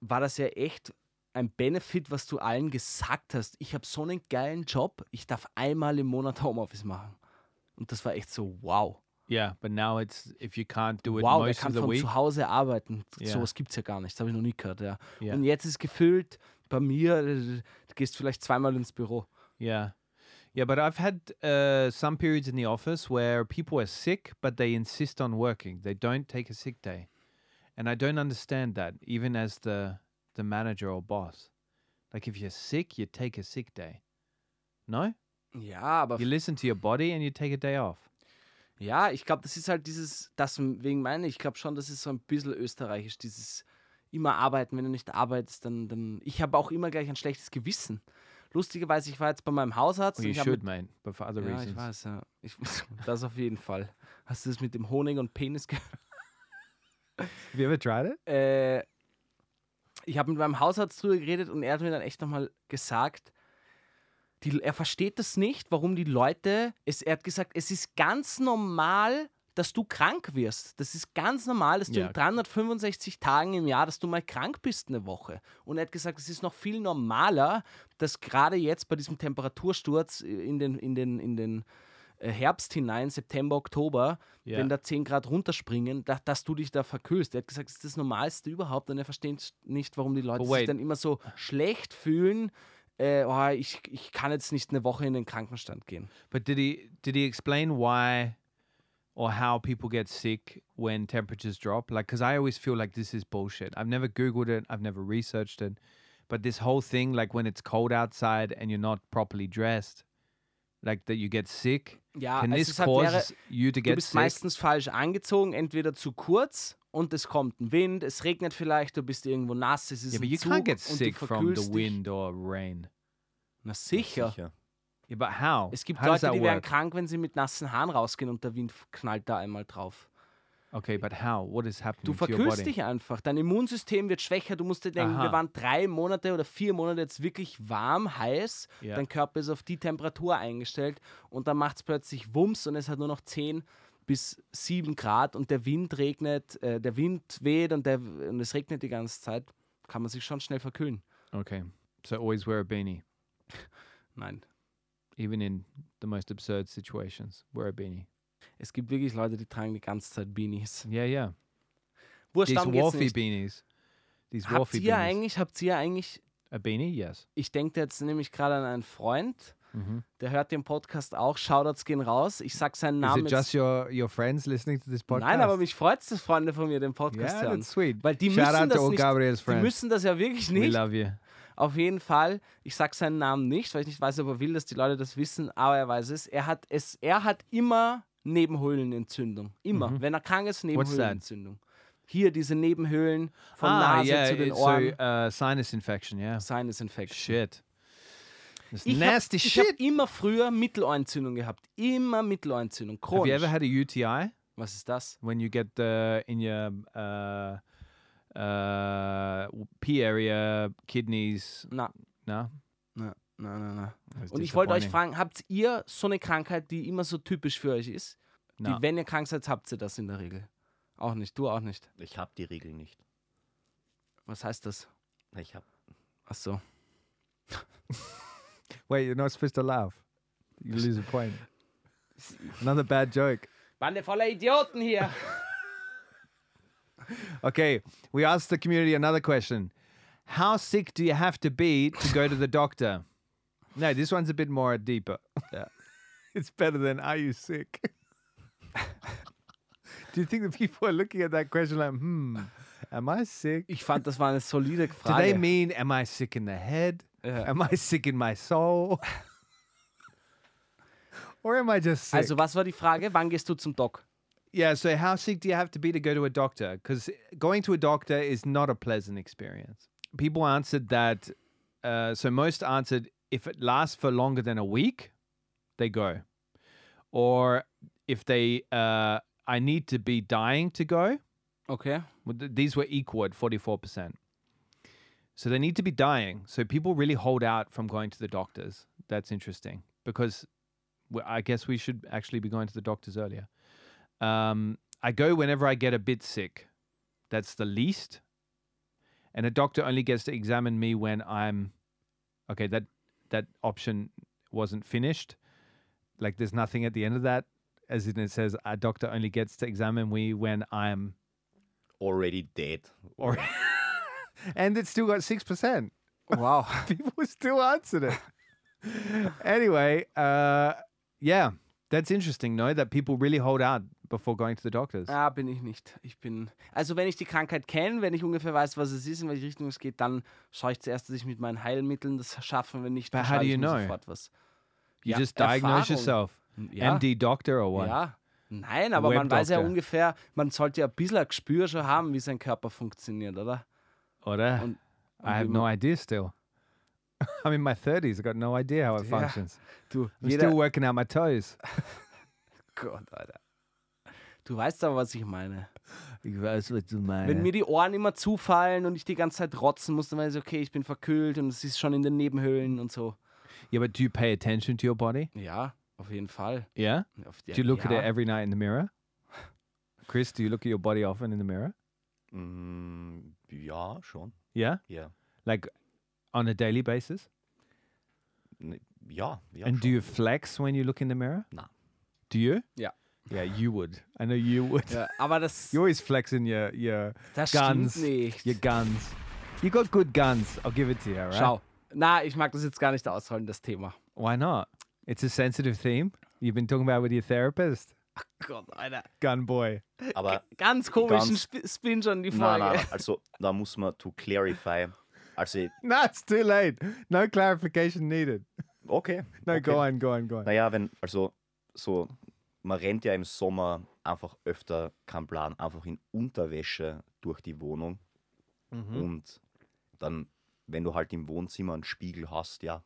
war das ja echt ein Benefit, was du allen gesagt hast. Ich habe so einen geilen Job, ich darf einmal im Monat Homeoffice machen. Und das war echt so, wow.
Yeah, but now it's if you can't do it
Wow, der
most
kann
of the
von
week.
zu Hause arbeiten.
Ja.
Sowas gibt es ja gar nicht, das habe ich noch nie gehört. Ja.
Ja.
Und jetzt ist gefühlt, bei mir, äh, du gehst vielleicht zweimal ins Büro.
Yeah. Yeah, but I've had uh, some periods in the office where people are sick, but they insist on working. They don't take a sick day. And I don't understand that, even as the, the manager or boss. Like, if you're sick, you take a sick day. No?
Ja, aber
You listen to your body and you take a day off.
Ja, ich glaube, das ist halt dieses, das wegen meine, ich glaube schon, das ist so ein bisschen österreichisch, dieses immer arbeiten, wenn du nicht arbeitest, dann, dann ich habe auch immer gleich ein schlechtes Gewissen. Lustigerweise, ich war jetzt bei meinem Hausarzt
Well, Oh, you
ich hab
should, mate, but for other
mit, ja, ich
reasons.
weiß, ja. Ich, das auf jeden Fall. Hast du das mit dem Honig und Penis gehört?
Have you ever tried it?
äh, ich habe mit meinem Hausarzt drüber geredet und er hat mir dann echt nochmal gesagt, Die, er versteht das nicht, warum die Leute, es, er hat gesagt, es ist ganz normal, dass du krank wirst. Das ist ganz normal, dass du
Ja.
in 365 Tagen im Jahr, dass du mal krank bist eine Woche. Und er hat gesagt, es ist noch viel normaler, dass gerade jetzt bei diesem Temperatursturz in den, in den, in den äh, Herbst hinein, September, Oktober,
Ja.
wenn da 10 Grad runterspringen, da, dass du dich da verkühlst. Er hat gesagt, es ist das Normalste überhaupt und er versteht nicht, warum die Leute
But
sich
wait.
dann immer so schlecht fühlen. Äh, oh, ich, ich kann jetzt nicht eine Woche in den Krankenstand gehen.
But did he did he explain why or how people get sick when temperatures drop? Like, because I always feel like this is bullshit. I've never Googled it. I've never researched it. But this whole thing, like when it's cold outside and you're not properly dressed, like that you get sick.
Ja,
can
also
this
Ah, es hat mehrere,
cause you to
du
get
bist
sick?
meistens falsch angezogen, entweder zu kurz und es kommt ein Wind, es regnet vielleicht, du bist irgendwo nass, es ist
Yeah, but
ein
you
Zug
can't get
und
sick
du
from the
verkühlst
wind or rain.
Dich. Na sicher.
Sicher.
Yeah, but how?
Es gibt
how does
Leute,
that
die werden
work?
krank, wenn sie mit nassen Haaren rausgehen und der Wind knallt da einmal drauf.
Okay, but how? What is happening
Du
to your body?
verkühlst dich einfach. Dein Immunsystem wird schwächer. Du musst dir denken, wir
Aha.
waren drei Monate oder vier Monate jetzt wirklich warm, heiß.
Ja.
Dein Körper ist auf die Temperatur eingestellt und dann macht es plötzlich Wumms und es hat nur noch 10 bis 7 Grad und der Wind regnet, äh, der Wind weht und, der, und es regnet die ganze Zeit. Kann man sich schon schnell verkühlen.
Okay, so always wear a beanie.
Nein.
even in the most absurd situations. Wear a beanie.
Es gibt wirklich Leute, die tragen die ganze Zeit Beanies.
Yeah, yeah.
Wurscht,
These
darum geht's
Wolfie
nicht.
beanies. These
Habt
Wolfie
ihr
beanies.
eigentlich, habt ihr eigentlich,
A beanie, yes.
ich denke jetzt nämlich gerade an einen Freund,
Mhm.
Der hört den Podcast auch. Shoutouts gehen raus. Ich sag seinen
Is
Namen.
it just
Jetzt.
your your friends listening to this podcast?
Nein, aber mich freut es, dass Freunde von mir den Podcast
yeah,
hören.
that's sweet.
Weil die
Shout
müssen
out to
das
all
nicht.
Gabriel's
Die
friends.
müssen das ja wirklich
We
nicht.
love you.
Auf jeden Fall. Ich sag seinen Namen nicht, weil ich nicht weiß, ob er will, dass die Leute das wissen. Aber er weiß es. Er hat es. Er hat immer Nebenhöhlenentzündung. Immer. Wenn er krank ist,
Mhm. What's that?
Nebenhöhlenentzündung. Hier diese Nebenhöhlen von
ah,
Nase
yeah,
zu den
it's
Ohren.
a uh, sinus infection. Yeah.
Sinus Infection.
Shit. It's
Ich hab-
nasty
ich
shit.
habe immer früher Mittelohrentzündung gehabt. Immer Mittelohrentzündung.
Have you
Chronisch.
ever had a UTI
Was ist das?
when you get the in your uh, uh, pee area, kidneys?
Na,
No.
na, na, na, na.
It's
Und ich wollte euch
disappointing.
fragen, habt ihr so eine Krankheit, die immer so typisch für euch ist?
Na.
Die, wenn ihr krank seid, habt ihr das in der Regel. Auch nicht, du auch nicht.
Ich habe die Regel nicht.
Was heißt das?
Ich habe.
Ach so.
Wait, you're not supposed to laugh. You lose a point. Another bad joke.
Bande voller Idioten hier.
Okay, we asked the community another question. How sick do you have to be to go to the doctor? No, this one's a bit more deeper. Yeah. it's better than are you sick? do you think the people are looking at that question like, hmm, am I sick?
Ich fand, das war eine solide
Do they
Frage.
mean am I sick in the head?
Yeah.
Am I sick in my soul? or am I just sick?
also, was war die Frage? Wann gehst du zum Doc?
Yeah, so how sick do you have to be to go to a doctor? Because going to a doctor is not a pleasant experience. People answered that. Uh, so most answered if it lasts for longer than a week, they go. Or if they, uh, I need to be dying to go.
Okay.
Well, th- These were equal at 44%. So they need to be dying. So people really hold out from going to the doctors. That's interesting because we- I guess we should actually be going to the doctors earlier. Um, I go whenever I get a bit sick. That's the least. And a doctor only gets to examine me when I'm okay. That that option wasn't finished. Like there's nothing at the end of that, as in it says a doctor only gets to examine me when I'm
Already dead.
or and it still got six percent.
Wow.
People still answered it. anyway, uh, yeah, that's interesting. No, that people really hold out before going to the doctors.
Ah, bin ich nicht. Ich bin. Also, wenn ich die Krankheit kenne, wenn ich ungefähr weiß, was es ist, in welche Richtung es geht, dann schaue ich zuerst, dass ich mit meinen Heilmitteln das schaffe. Wenn nicht,
But
dann
how do
schreibe
you
ich mir
know?
sofort was.
you
ja,
just diagnose
Erfahrung.
yourself,
Ja.
MD doctor or what?
Ja. Nein, aber man weiß ja
Webdoktor.
ungefähr, man sollte ja ein bisschen ein Gespür schon haben, wie sein Körper funktioniert, oder?
Oder?
Und-
uh, I have
wie
no
man-
idea still. I'm in my thirties. I got no idea how it
Yeah.
functions.
Du,
I'm
jeder, Oh
still working out my toes.
Gott, Alter. Du weißt aber, was ich meine.
Ich weiß, was du
Wenn mir
meinst.
die Ohren immer zufallen und ich die ganze Zeit rotzen muss, dann weiß ich, okay, ich bin verkühlt und es ist schon in den Nebenhöhlen und so.
Yeah, but do you pay attention to your body?
Ja, auf jeden Fall.
Yeah.
Auf
Do
der-
you look at
ja.
it every night in the mirror? Chris, do you look at your body often in the mirror?
Mm, ja, schon.
Yeah.
Ja.
Like on a daily basis?
Ne- Ja, ja.
and
schon.
do you flex when you look in the mirror?
Nah.
Do you?
Yeah.
Yeah, you would. I know you would.
Ja, aber das,
You always flexing your your
das stimmt
guns.
nicht.
Your guns. You got good guns. I'll give it to you, all right?
Schau. Na, ich mag das jetzt gar nicht ausrollen, das Thema.
Why not? It's a sensitive theme. You've been talking about it with your therapist,
Gott, Alter.
gun boy.
aber
Ganz komischen
Ganz-
Sp Spin schon die
nein,
Folge.
nein, also da muss man to clarify. Also,
No, it's too late. No clarification needed.
okay.
No,
okay.
go on, go on, go on.
Naja, wenn, also so, man rennt ja im Sommer einfach öfter, kein Plan, einfach in Unterwäsche durch die Wohnung.
Mhm.
Und dann, wenn du halt im Wohnzimmer einen Spiegel hast, ja,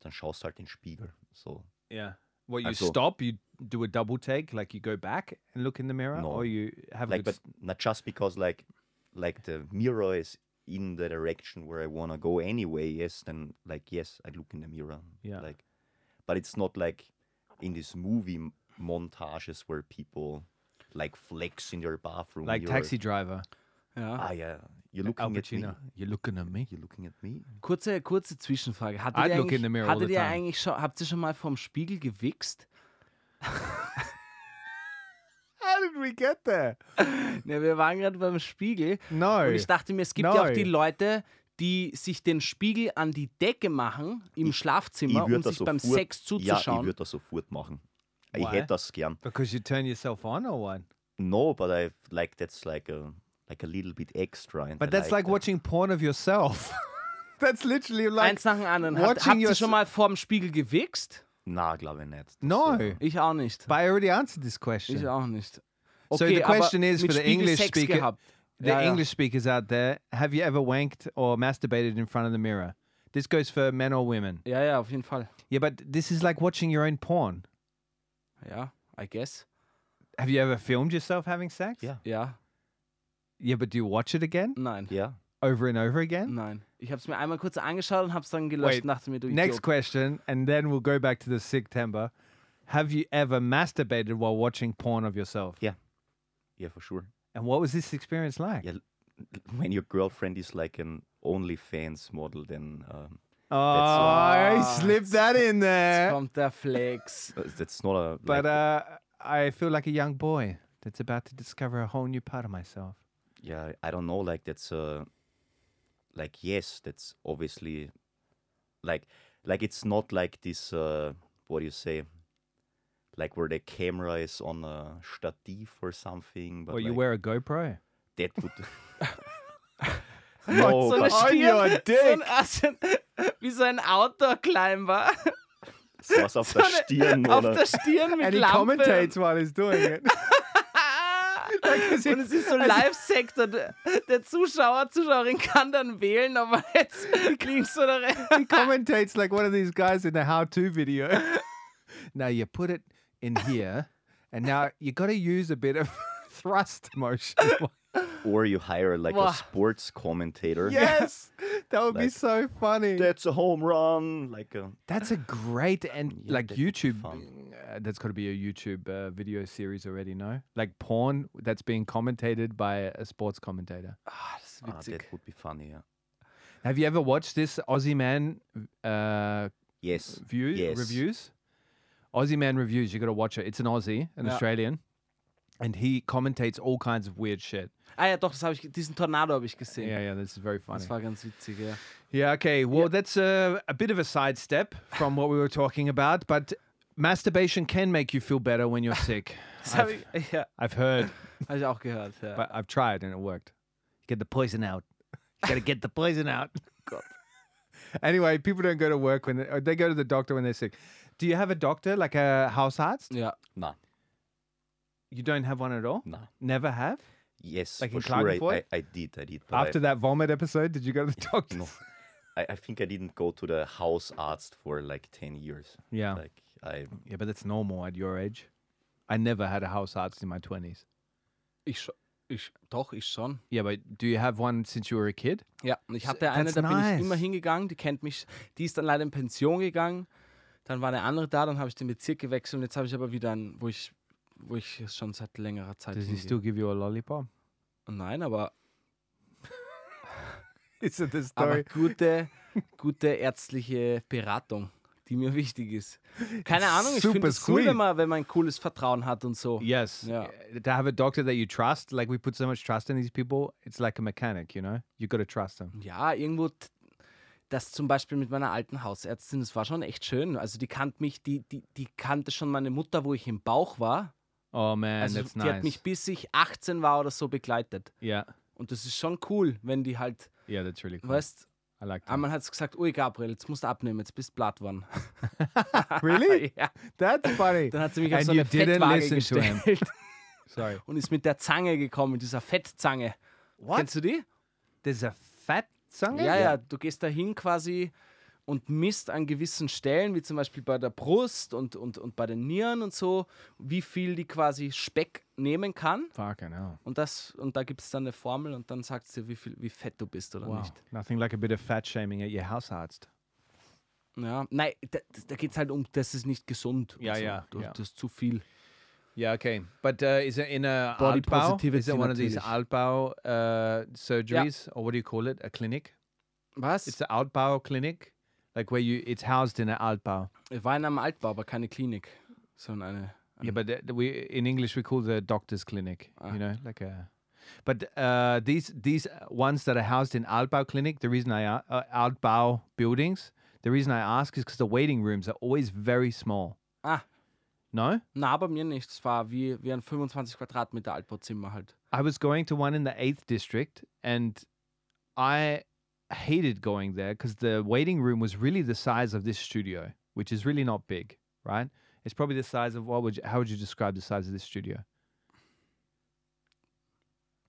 dann schaust halt den Spiegel. So,
Yeah. Well, you
Also-
stop, you do a double take, like you go back and look in the mirror,
No.
or you have a
like,
good
but not just because like, like the mirror is in the direction where I wanna go anyway. Yes, then like yes, I look in the mirror.
Yeah.
Like, but it's not like in these movie m- montages where people like flex in their bathroom.
like
mirror.
taxi driver.
Ja.
Ah yeah, you're
Al
looking at me.
Pacino, you're looking at me.
You're looking at me.
Kurze, kurze Zwischenfrage. Hattet
I'd
ihr,
look
eigentlich,
in the mirror all
hattet
the
ihr
time.
eigentlich schon, habt ihr schon mal vorm Spiegel gewichst?
How did we get there?
Ne, wir waren gerade beim Spiegel
No.
und ich dachte mir, es gibt ja auch
Neu.
die Leute, die sich den Spiegel an die Decke machen im Schlafzimmer,
würd
um sich beim Sex
Ja, ich
zuzuschauen.
würde das sofort machen. Ich
Why?
hätte das gern.
Because you turn yourself on or what?
No, but I like that's like a like a little bit extra. and
But
I
that's like
that.
watching porn of yourself. that's literally like
Eins nach dem anderen. Habt,
watching
habt ihr
your-
schon mal vorm Spiegel gewichst?
Na, glaube ich nicht. Das,
no.
äh,
Ich auch nicht.
But I already answered this question.
Ich auch nicht.
So the
aber
question is
mit
for the
Spiegel
English
Sex
speaker-
Gehabt.
The
Ja, ja.
English speakers out there, have you ever wanked or masturbated in front of the mirror? This goes for men or women.
Ja, ja, auf jeden Fall.
Yeah, but this is like watching your own porn.
Ja, I guess.
Have you ever filmed yourself having sex?
Yeah.
Ja,
Yeah, but do you watch it again?
nein.
Ja.
Over and over again?
Nein. Ich habe es mir einmal kurz angeschaut und habe es dann gelöscht
Wait,
und dachte mir, du
Next
Idiot.
question, and then we'll go back to the September. Have you ever masturbated while watching porn of yourself?
Yeah. Yeah, for sure.
And what was this experience like?
Yeah. When your girlfriend is like an OnlyFans model, then um,
Oh,
all.
I slipped that
Jetzt
in there.
kommt der Flex.
that's uh, that's not a.
But
like,
uh, I feel like a young boy that's about to discover a whole new part of myself.
yeah, I don't know. Like that's uh, like yes, that's obviously, like, like it's not like this. Uh, what do you say? Like where the camera is on a stativ or something. But
Well, you
like,
wear a GoPro.
that would. no,
so eine
but
Stirn, so ein, wie so ein Outdoor-Climber
was auf der Stirn
auf
oder?
der Stirn mit
and he
Lampe. Ah.
commentates while he's doing it.
Und es ist so Live-Sektor. Der der Zuschauer, Zuschauerin kann dann wählen, ob er jetzt links oder rechts.
he commentates like one of these guys in a how-to video. now you put it in here, and now you got to use a bit of thrust motion.
Or you hire like
Wow.
a sports commentator.
yes, that would be
Like-
so funny.
That's a home run. Like a
That's a great and
Yeah,
like
that would be
YouTube.
fun.
Uh, that's got to be a YouTube uh, video series already, no? Like porn that's being commentated by a sports commentator.
Das ist
ah, that
witzig.
would be funny. Yeah.
Have you ever watched this Aussie man uh,
Yes.
view
Yes.
reviews. Aussie Man reviews. You got to watch it. It's an Aussie, an
Yeah.
Australian, and he commentates all kinds of weird shit.
Ah ja, doch, das hab ich, diesen Tornado habe ich gesehen.
Yeah, yeah, this is very funny.
Das war ganz witzig, ja.
Yeah, okay. Well, that's a, a bit of a sidestep from what we were talking about, but masturbation can make you feel better when you're sick.
Das habe
I've,
ich, Also, ja,
I've heard,
hab ich auch gehört. Ja.
but I've tried and it worked. Get the poison out. You gotta get the poison out. God. Anyway, people don't go to work when they, or they go to the doctor when they're sick. Do you have a doctor, like a house arzt?
ja.
Nah.
You don't have one at all?
Nah.
Never have?
Yes.
Like
for
in
sure. I,
Klagenfurt?
I, I did. I did. but
After
I,
that vomit episode, did you go to the doctor?
no, I, I think I didn't go to the house arzt for like ten years.
Yeah.
Like I.
Yeah, but that's normal at your age. I never had a house arzt in my 20s.
Ich schon. Ich, doch, ich schon.
Yeah, but do you have one since you were a kid?
Ja, und ich hatte
that's
eine, da bin
nice.
ich immer hingegangen, die kennt mich, die ist dann leider in Pension gegangen, dann war eine andere da, dann habe ich den Bezirk gewechselt und jetzt habe ich aber wieder einen, wo ich, wo ich schon seit längerer Zeit
Does he
hingehe.
still give you a lollipop?
Nein, aber,
Is it the
aber gute, gute ärztliche Beratung, die mir wichtig ist. Keine Ahnung, ich
Super
finde es cool,
sweet.
wenn man, wenn man ein cooles Vertrauen hat und so.
Yes.
Yeah.
uh, To have a doctor that you trust, like we put so much trust in these people, it's like a mechanic, you know? You got to trust them.
Ja, irgendwo t- das zum Beispiel mit meiner alten Hausärztin, das war schon echt schön. Also die kannte mich, die, die, die kannte schon meine Mutter, wo ich im Bauch war.
Oh, man,
also
that's
die
nice.
hat mich bis ich 18 war oder so begleitet.
yeah.
Und das ist schon cool, wenn die halt,
Yeah, that's really cool.
weißt,
I like that.
einmal hat es gesagt, ui Gabriel, jetzt musst du abnehmen, jetzt bist du blatt geworden.
really?
ja.
That's funny.
Dann hat sie mich auf
And
so
you
eine
didn't
Fettwaage
listen to him.
gestellt
Sorry.
und ist mit der Zange gekommen, mit dieser Fettzange. Kennst du die?
There's a fat song?
Ja, ja, du gehst dahin quasi und misst an gewissen Stellen, wie zum Beispiel bei der Brust und, und, und bei den Nieren und so, wie viel die quasi Speck nehmen kann.
Fucking hell.
Und, das, und da gibt es dann eine Formel und dann sagt sie, wie, viel, wie fett du bist oder
Wow.
nicht.
Nothing like a bit of fat shaming at your Hausarzt.
Ja, nein, da, da geht es halt um, das ist nicht gesund. und
Ja,
so.
ja,
Du,
ja.
Das ist zu viel.
Yeah, okay. But uh, is it in a
Body
Altbau? Is
positivity
it one of these
natürlich.
Altbau uh, surgeries, or what do you call it? A clinic?
Was?
It's an Altbau clinic, like where you it's housed in an Altbau.
ich war in einem Altbau, aber keine Klinik, sondern eine.
Yeah, but th- we in English we call the doctor's clinic.
Ah.
You know, like a. But uh, these these ones that are housed in Altbau clinic, the reason I a- uh, Altbau buildings, the reason I ask is because the waiting rooms are always very small.
Ah.
No,
Na, bei mir nicht. Es war wie, wie ein 25 Quadratmeter Altbauzimmer halt.
I was going to one in the eighth district, and I hated going there because the waiting room was really the size of this studio, which is really not big, right? It's probably the size of what would you, how would you describe the size of this studio?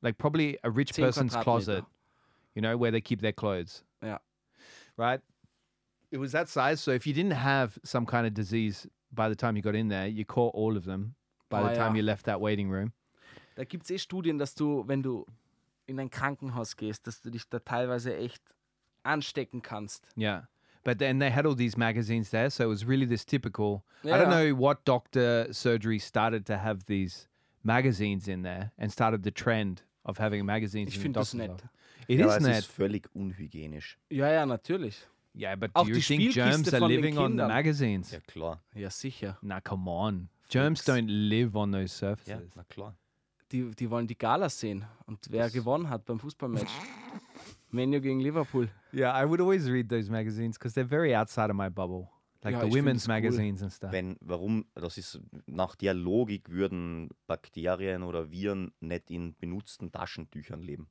Like probably a rich
10
person's
Quadratmeter.
closet, you know, where they keep their clothes.
Yeah.
Right. It was that size, so if you didn't have some kind of disease by the time you got in there, you caught all of them by
Oh,
the time
yeah.
you left that waiting room.
Da gibt es eh Studien, dass du, wenn du in ein Krankenhaus gehst, dass du dich da teilweise echt anstecken kannst.
Yeah. But then they had all these magazines there, so it was really this typical. I
Yeah.
don't know what doctor surgery started to have these magazines in there and started the trend of having magazines.
Ich
in the
finde das
doctor's
nett.
office. It
Ja,
is
aber es
nett.
ist völlig unhygienisch.
Ja, ja, natürlich.
Yeah, but
Auch
do you
die
think
Spielkiste
germs are
von den
living on the
Kindern.
magazines?
Ja, klar.
Ja, sicher.
Nah, come on. Germs don't live on those
Ja,
surfaces.
na klar.
Die, die wollen die Galas sehen und wer gewonnen hat beim Fußballmatch. Menu gegen Liverpool.
Yeah, I would always read those magazines because they're very outside of my bubble, like
Yeah,
the
ich find
women's
das cool.
magazines and stuff.
Wenn, warum, das ist, nach der Logik würden Bakterien oder Viren nicht in benutzten Taschentüchern leben.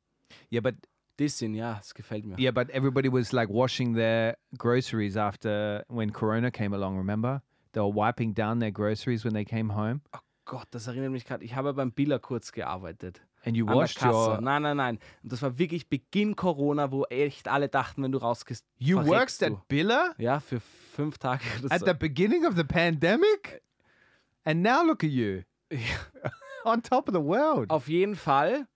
Yeah, but
Das sind, ja, das gefällt mir.
Yeah, but everybody was like washing their groceries after when Corona came along, remember? They were wiping down their groceries when they came home.
Oh Gott, das erinnert mich gerade. Ich habe beim Billa kurz gearbeitet.
And you
An der
washed your.
Kasse. Nein, nein, nein. Und das war wirklich Beginn Corona, wo echt alle dachten, wenn du rausgehst.
You
verreckst
worked at
du.
Billa
Ja, für fünf Tage. oder
at
so.
the beginning of the pandemic? And now look at you. On top of the world.
Auf jeden Fall,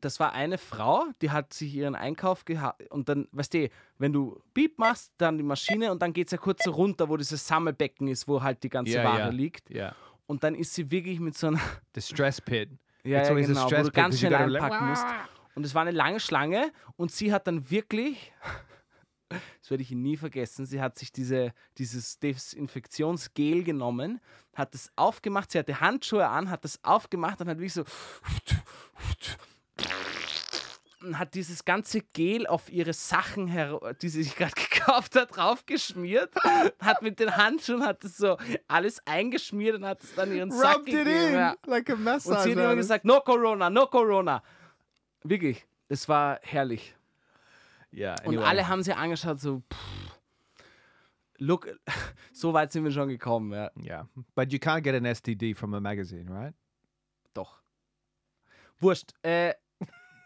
das war eine Frau, die hat sich ihren Einkauf gehabt und dann, weißt du, wenn du Beep machst, dann die Maschine und dann geht es ja kurz so runter, wo dieses Sammelbecken ist, wo halt die ganze
Ja,
Ware
ja.
liegt.
Yeah.
Und dann ist sie wirklich mit so einer,
The stress pit.
ja,
It's
ja
always a
genau, wo
stress
du
pit
ganz
'cause you
schnell
gotta be like,
einpacken musst. Und es war eine lange Schlange und sie hat dann wirklich, das werde ich nie vergessen, sie hat sich diese, dieses Desinfektionsgel genommen, hat es aufgemacht, sie hatte Handschuhe an, hat das aufgemacht und hat wirklich so und hat dieses ganze Gel auf ihre Sachen, her die sie sich gerade gekauft hat, draufgeschmiert, hat mit den Handschuhen, hat es so alles eingeschmiert und hat es dann ihren Sack
Rubbed it
gegeben.
in
Ja.
like a massage.
Und sie hat immer
artist.
gesagt, no Corona, no Corona. Wirklich, es war herrlich.
yeah,
Und
anyway.
alle haben sie angeschaut, so, pff, look, so weit sind wir schon gekommen, ja,
Yeah. But you can't get an STD from a magazine, right?
doch. Wurscht, äh,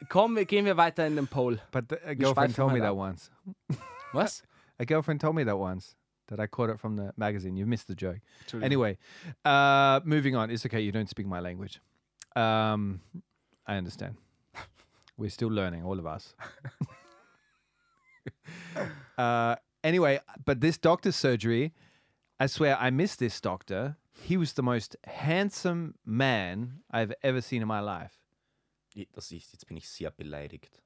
komm, wir gehen wir weiter in den Poll.
But the, a
Wir schweifen
girlfriend told me
halt
that
ab.
once.
Was?
A girlfriend told me that once that I caught it from the magazine. You missed the joke.
Entschuldigung.
Anyway, uh, moving on. It's okay. You don't speak my language. Um, I understand. We're still learning, all of us. uh, anyway, but this doctor's surgery, I swear, I miss this doctor. He was the most handsome man I've ever seen in my life.
Je- Das ist, jetzt bin ich sehr beleidigt.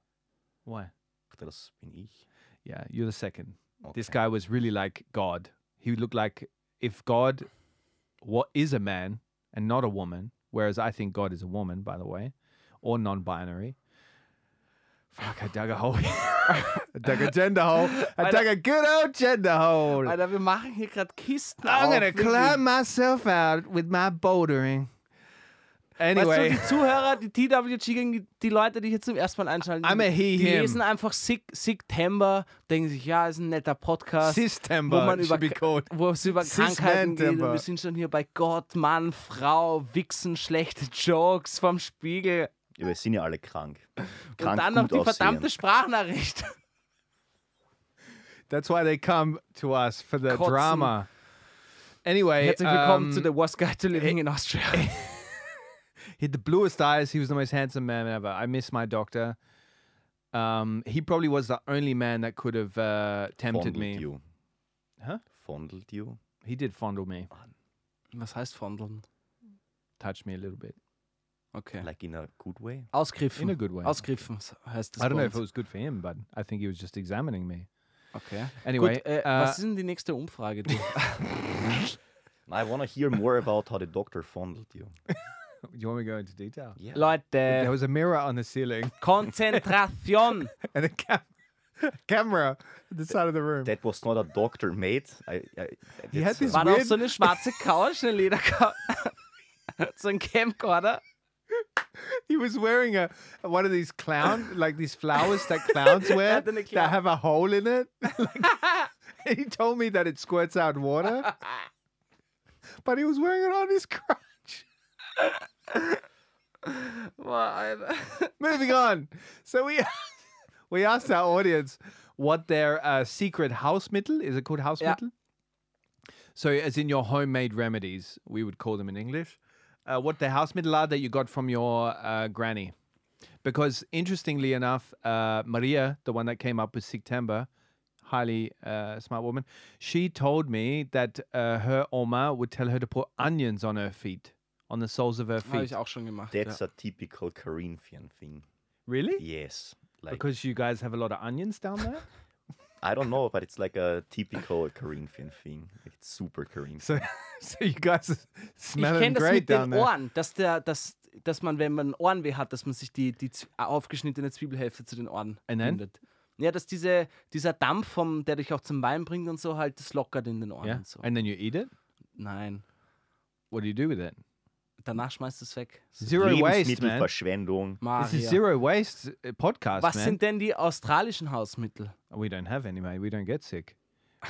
Why?
Das bin ich.
Yeah, you're the second. This
Okay.
guy was really like God. He looked like if God what is a man and not a woman, whereas I think God is a woman, by the way, or non binary. Fuck, I dug a hole. I dug a gender hole. I dug a good old gender hole.
Alter, wir machen hier gerade Kisten.
I'm
auf,
gonna
wirklich.
climb myself out with my bouldering. Anyway,
Weißt du, die Zuhörer, die TWG gegen die, die Leute, die hier zum ersten Mal einschalten,
I'm a he,
die
him.
lesen einfach Sig September, denken sich, ja, ist ein netter Podcast, wo
Systember
man
should
über,
be called.
wo es über
Cis-Man
Krankheiten geht. Und
Temper.
wir sind schon hier bei Gott, Mann, Frau, Wichsen, schlechte Jokes vom Spiegel.
Ja, wir sind ja alle krank. krank
Und dann noch
gut
die
aussehen.
verdammte Sprachnachricht.
That's why they come to us for the
Kotzen.
drama. Anyway,
Herzlich willkommen
um,
zu The Worst Guide to Living in Austria.
äh, He had the bluest eyes. He was the most handsome man ever. I miss my doctor. Um, he probably was the only man that could have uh, tempted
Fondled
me.
you.
Huh?
Fondled you.
He did fondle me,
Was heißt fondeln?
touch me a little bit
Okay.
Like in a good way.
Ausgriffen.
in a good way.
Ausgriffen heißt das.
I don't know
bei
if it
uns.
was good for him, but I think he was just examining me.
Okay.
Anyway,
Gut, äh,
uh,
was ist denn die nächste Umfrage? Du?
I want to hear more about how the doctor fondled you.
do you want me to go into detail?
Yeah.
There
Leute,
was a mirror on the ceiling
Konzentration.
and a cam- camera at the side of the room.
That was not a doctor, mate. I, I,
He had
that's,
this
uh,
War da auch
weird-
so eine schwarze Couch, eine Ledercouch. so ein Camcorder.
He was wearing a one of these clown like these flowers that clowns wear
then a
that have a hole in it. Like, he told me that it squirts out water, but he was wearing it on his crotch.
Boah, Alter.
Moving on. So we we asked our audience what their uh, secret housemittel is. It called
Yeah.
housemittel. So, as in your homemade remedies, we would call them in English. Uh, what the housemittel are that you got from your uh, granny? Because interestingly enough, uh, Maria, the one that came up with September, highly uh, smart woman, she told me that uh, her oma would tell her to put onions on her feet, on the soles of her
Habe
feet.
ich auch schon gemacht. Ja.
that's a typical Corinthian thing.
Really?
Yes. Like
Because you guys have a lot of onions down there.
I don't know, but it's like a typical Corinthian thing. It's super Corinthian.
So, so you guys
Ich
smell
kenne das
great
mit den
down there.
Ohren, dass, der, dass, dass man, wenn man Ohrenweh hat, dass man sich die, die Z- äh, aufgeschnittene Zwiebelhälfte zu den Ohren
And then?
bindet. Ja, dass diese, dieser Dampf, vom, der dich auch zum Wein bringt und so, halt, das lockert in den Ohren
Yeah.
und so.
And then you eat it.
Nein,
What do you do with it?
danach schmeißt es weg.
Zero waste, man.
Lebensmittelverschwendung.
This
Maria.
is zero waste uh, podcast,
Was
man.
sind denn die australischen Hausmittel?
we don't have any, mate. We don't get sick.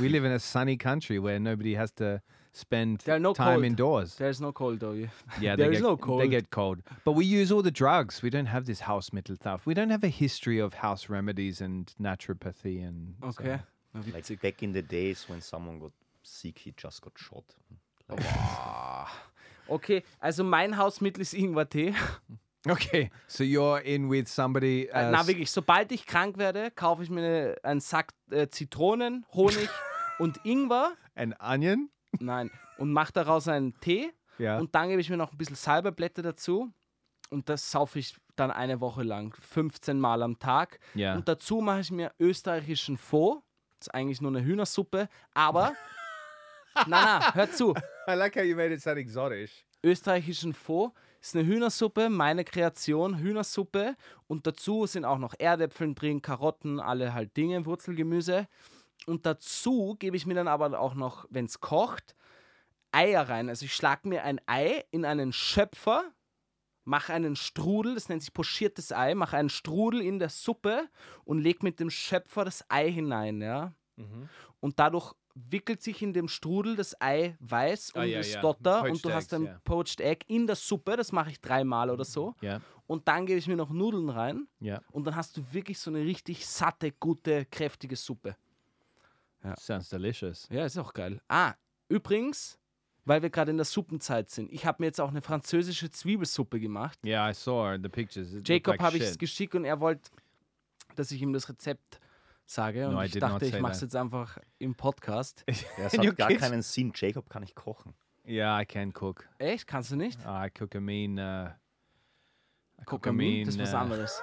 We live in a sunny country where nobody has to spend
There are no
time
cold.
indoors.
There is no cold, though.
yeah,
there
they
is
get,
no
They
cold.
get cold. But we use all the drugs. We don't have this house mittel stuff. We don't have a history of house remedies and naturopathy and so-
Okay. Na,
Like
witzig.
back in the days when someone got sick, he just got shot. Like,
Okay, also mein Hausmittel ist Ingwertee.
Okay. So you're in with somebody. Uh,
Na
s-
wirklich, sobald ich krank werde, kaufe ich mir eine, einen Sack äh, Zitronen, Honig und Ingwer.
an onion.
Nein, und mache daraus einen Tee.
Yeah.
Und dann gebe ich mir noch ein bisschen Salberblätter dazu. Und das saufe ich dann eine Woche lang, 15 Mal am Tag.
Ja.
Und dazu mache ich mir österreichischen Faux. Das ist eigentlich nur eine Hühnersuppe, aber. na, na, hör zu.
I like how you made it sound exotic.
österreichischen Faux. Ist eine Hühnersuppe, meine Kreation, Hühnersuppe. Und dazu sind auch noch Erdäpfeln drin, Karotten, alle halt Dinge, Wurzelgemüse. Und dazu gebe ich mir dann aber auch noch, wenn es kocht, Eier rein. Also ich schlage mir ein Ei in einen Schöpfer, mache einen Strudel, das nennt sich pochiertes Ei, mache einen Strudel in der Suppe und lege mit dem Schöpfer das Ei hinein, ja. Und dadurch wickelt sich in dem Strudel das Ei weiß
Ah,
und
ja,
es
ja.
dotter
Poached
und du hast
Eggs,
ein
ja.
Poached Egg in der Suppe, das mache ich dreimal oder so.
Yeah.
Und dann gebe ich mir noch Nudeln rein
Yeah.
und dann hast du wirklich so eine richtig satte, gute, kräftige Suppe.
Sounds delicious.
Ja, ist auch geil. Ah, übrigens, weil wir gerade in der Suppenzeit sind. Ich habe mir jetzt auch eine französische Zwiebelsuppe gemacht.
Yeah, I saw the pictures. It looked
Jacob
like
habe ich
shit.
es geschickt und er wollte, dass ich ihm das Rezept sage. Und
No, I
ich
did not
dachte, ich
say
mache es
that.
jetzt einfach im Podcast.
Das
In your
hat gar
kitchen?
keinen Sinn. Jacob kann nicht kochen.
Yeah, I can cook.
Echt? Kannst du nicht?
I cook a mean. Uh, I cook a
Kokamin,
mean.
das ist was
uh,
anderes.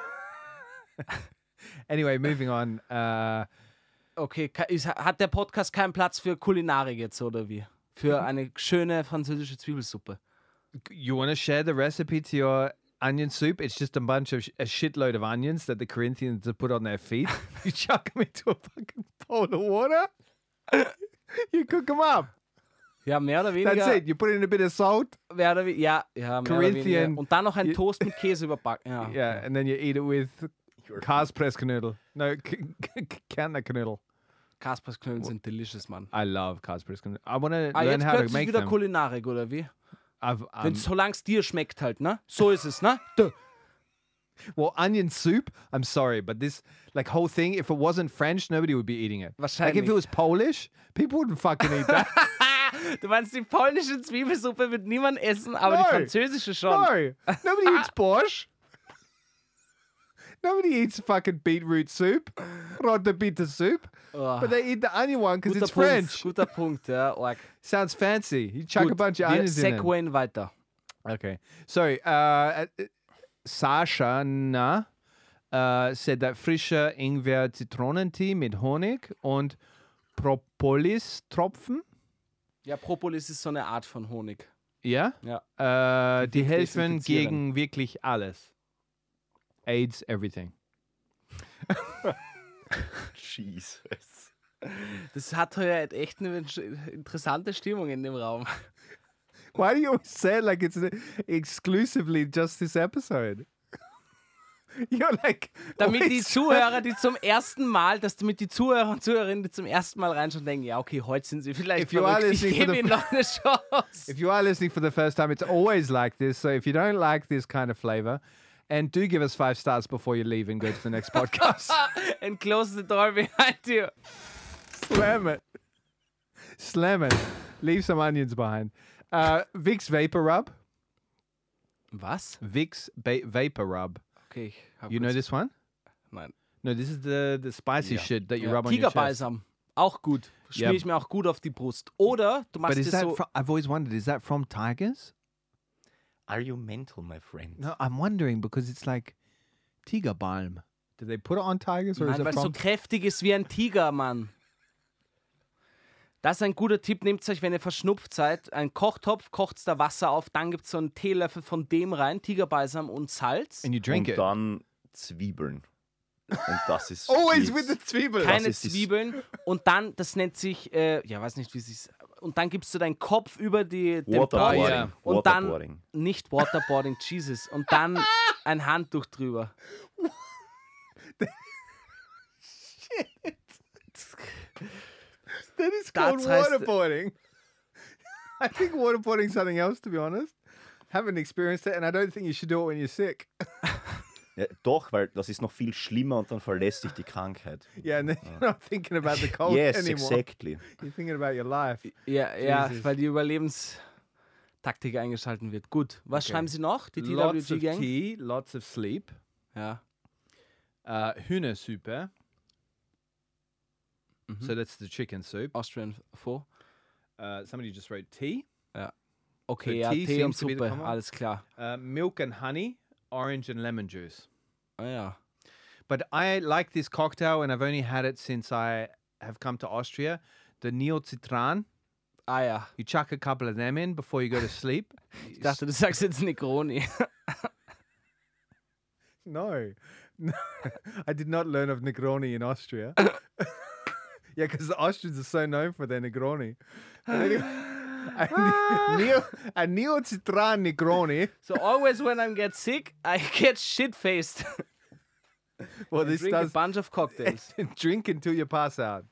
Anyway, moving on. Uh,
Okay, ka- ist, hat der Podcast keinen Platz für Kulinarik jetzt oder wie? Für
Mhm.
eine schöne französische Zwiebelsuppe.
you want to share the recipe to your onion soup? It's just a bunch of sh- a shitload of onions that the Corinthians have put on their feet. you chuck them into a fucking bowl of water. you cook them up.
Ja, mehr oder weniger.
That's it. You put in a bit of salt.
Mehr oder we ja, ja, mehr oder weniger.
Corinthian-
Und dann noch ein Toast mit Käse überbacken. Ja.
Yeah, and then you eat it with Kars press canoodle. No, c- c- c- Canna canoodle.
Kaspers Knödeln sind delicious, Mann.
I love Kars press canoodle. I want to
Ah,
learn
jetzt
how to
plötzlich
make
wieder
them.
Kulinarik, oder wie?
I've,
Wenn
um,
solange es dir schmeckt halt, ne? So ist es, ne? Duh.
well, onion soup. I'm sorry, but this like whole thing. If it wasn't French, nobody would be eating it. Like if it
Wahrscheinlich.
was Polish, people wouldn't fucking eat that.
Du meinst, die polnische Zwiebelsuppe wird niemand essen, aber die
Nein.
französische schon.
No, nobody eats borscht. Nobody eats fucking beetroot soup, rotta beet soup,
Oh,
but they eat the onion one because
guter
it's
Punkt,
French.
guter Punkt, ja, arg.
Sounds fancy. You chuck a
Gut,
bunch of
wir
onions in it.
segwayen weiter.
Okay. So, uh, uh, Sasha Na uh, said that frischer Ingwer Zitronentee mit Honig und Propolis-Tropfen,
Ja, Propolis ist so eine Art von Honig.
ja,
Ja.
äh, die
wirkt
helfen
desinfizieren.
gegen wirklich alles. AIDS, everything.
Jesus.
Das hat heuer echt eine ents- interessante Stimmung in dem Raum.
Why do you always say it like it's exclusively just this episode? You're like,
Damit die
always-
Zuhörer, die zum ersten Mal, dass damit die Zuhörer und Zuhörerinnen, die zum ersten Mal reinschauen, denken, ja, okay, heute sind sie vielleicht
If you are
verrückt, ich
listening
gebe
for the
ihnen noch eine Chance.
If you are listening for the first time, it's always like this. So if you don't like this kind of flavor, and do give us five stars before you leave and go to the next podcast.
And close the door behind you.
Slam it. Slam it. Leave some onions behind. Uh, Vicks Vapor Rub.
Was?
Vicks ba- Vapor Rub.
Okay, ich hab
You know
kurz-
this one?
Nein.
No, this is the, the spicy shit that you
Ja,
rub on your chest.
Tigerbalsam. Auch gut. Schmier
Ja.
ich mir auch gut auf die Brust. Oder du machst
But is
es
that
so.
fro- I've always wondered, is that from tigers?
Are you mental, my friend?
No, I'm wondering because it's like tiger balm. Do they put it on tigers or
Nein, weil es
is it
so
from?
kräftig ist wie ein Tiger, Mann. Das ist ein guter Tipp. Nehmt euch, wenn ihr verschnupft seid, einen Kochtopf, kocht da Wasser auf, dann gibt es so einen Teelöffel von dem rein, Tigerbalsam und Salz.
And you drink
Und
it.
dann Zwiebeln. Und das ist.
Always
jetzt-
with the Zwiebel.
Keine
ist die-
Zwiebeln. Und dann, das nennt sich, äh, ja, weiß nicht, wie es ist. Und dann gibst du deinen Kopf über die, den
Waterboarding.
Bauch
Ja.
und dann
Waterboarding.
nicht Waterboarding, Jesus. Und dann ein Handtuch drüber.
That is
That's
called
heißt-
waterboarding. I think waterboarding is something else, to be honest. Haven't experienced it, and I don't think you should do it when you're sick.
Ja, doch, weil das ist noch viel schlimmer und dann verlässt dich die Krankheit.
Yeah, and then you're not thinking about the cold
yes,
anymore.
exactly.
You're thinking about your life.
Ja, ja,
Jesus.
weil die Überlebenstaktik eingeschalten wird. Gut, was schreiben Sie noch? Die
Lots of
TWG-Gang?
tea, lots of sleep.
Ja.
Uh, Hühnersuppe.
Mhm.
So that's the chicken soup.
Austrian vor.
Uh, somebody just wrote tea.
Okay, ja,
So tea
Tee und
seems to be the
Suppe,
common one.
alles klar.
uh, milk and honey, orange and lemon juice.
Ah, ja.
But I like this cocktail, and I've only had it since I have come to Austria. The Neocitran.
Ah ja,
You chuck a couple of them in before you go to sleep.
ich dachte, du sagst jetzt Negroni.
no, no, I did not learn of Negroni in Austria. yeah, because the Austrians are so known for their Negroni. But anyway, a, ne- neo, a Neocitran Negroni.
So always when I get sick, I get shit-faced.
Well, this
Drink a
does
bunch of cocktails.
drink until you pass out.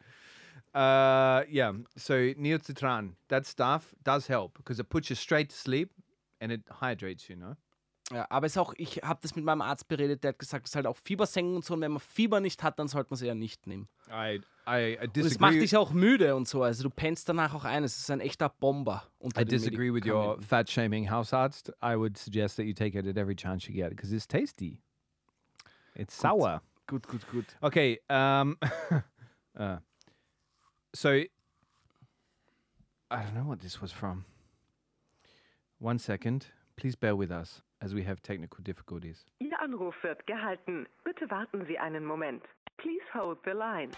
Uh, yeah. So neocitran, that stuff does help because it puts you straight to sleep and it hydrates you. Know
Ja, aber es ist auch, ich habe das mit meinem Arzt beredet, der hat gesagt, es ist halt auch Fiebersenken und so. Und wenn man Fieber nicht hat, dann sollte man es eher nicht nehmen.
I, I, I
Und es macht dich auch müde und so. Also du pennst danach auch ein. Es ist ein echter Bomber. Unter
I
den
disagree with your
Medikamenten.
fat shaming house arzt. I would suggest that you take it at every chance you get because it's tasty. It's sour.
Gut, gut, gut.
Okay. Um, uh, so I don't know what this was from. One second. Please bear with us as we have technical difficulties.
Ihr Anruf wird gehalten. Bitte warten Sie einen Moment. Please hold the line.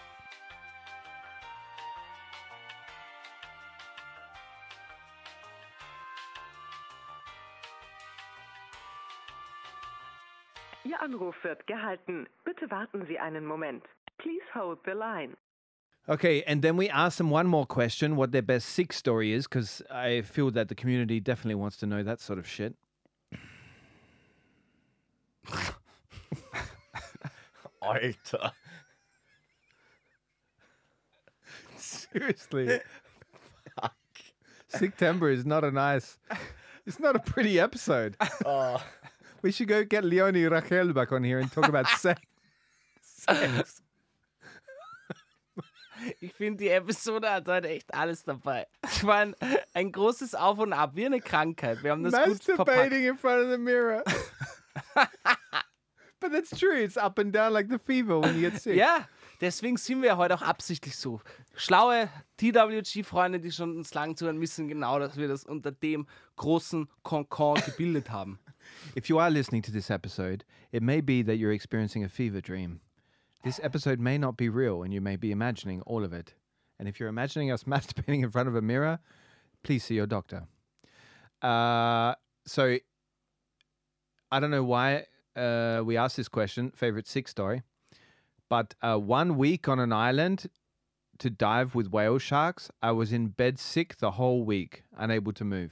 Ihr Anruf wird gehalten. Bitte warten Sie einen Moment. Please hold the line.
Okay, and then we asked them one more question what their best sick story is, because I feel that the community definitely wants to know that sort of shit.
Alter.
Seriously. September is not a nice. It's not a pretty episode. We should go get Leonie Rachel back on here and talk about sex. sex.
Ich finde, die Episode hat heute echt alles dabei. Ich meine, ein großes Auf und Ab, wie eine Krankheit. Wir haben das gut verpackt.
Masturbating in front of the mirror. but that's true. It's up and down like the fever when you get sick.
Ja, deswegen sind wir heute auch absichtlich so. Schlaue TWG-Freunde, die schon uns lang zuhören, wissen genau, dass wir das unter dem großen Konkord gebildet haben.
If you are listening to this episode, it may be that you're experiencing a fever dream. This episode may not be real and you may be imagining all of it. And if you're imagining us masturbating in front of a mirror, please see your doctor. Uh, so I don't know why uh, we asked this question, favorite sick story, but uh, one week on an island to dive with whale sharks, I was in bed sick the whole week, unable to move.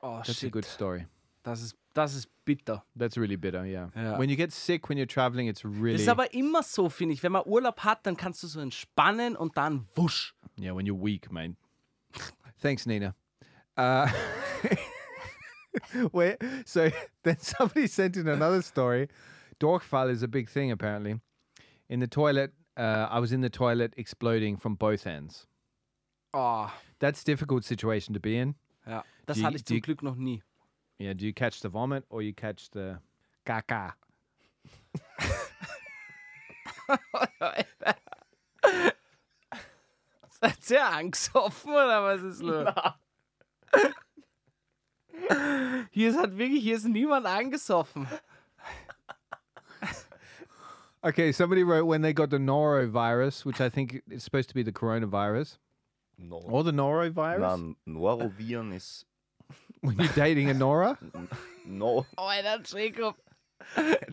Oh,
That's a
shit.
good story.
Das ist, das ist bitter.
That's really bitter, yeah.
Yeah.
When you get sick when you're traveling, it's really
Das ist aber immer so, finde ich. Wenn man Urlaub hat, dann kannst du so entspannen und dann wusch.
yeah. When you're weak, man. Thanks, Nina. Uh, wait. So then somebody sent in another story. Dorkfall is a big thing apparently. In the toilet, uh, I was in the toilet exploding from both ends.
Oh,
That's difficult situation to be in.
ja. Das
Die-
hatte ich zum
die-
Glück noch nie.
Yeah. Do you catch the vomit or you catch the caca?
Seid ihr angesoffen oder was ist los? Hier ist halt wirklich, hier ist niemand angesoffen.
Okay, somebody wrote when they got the norovirus, which I think is supposed to be the coronavirus,
No.
or the norovirus.
Na, Noroviren ist.
When you're dating a Nora?
No.
Oh,
Alter, Jacob.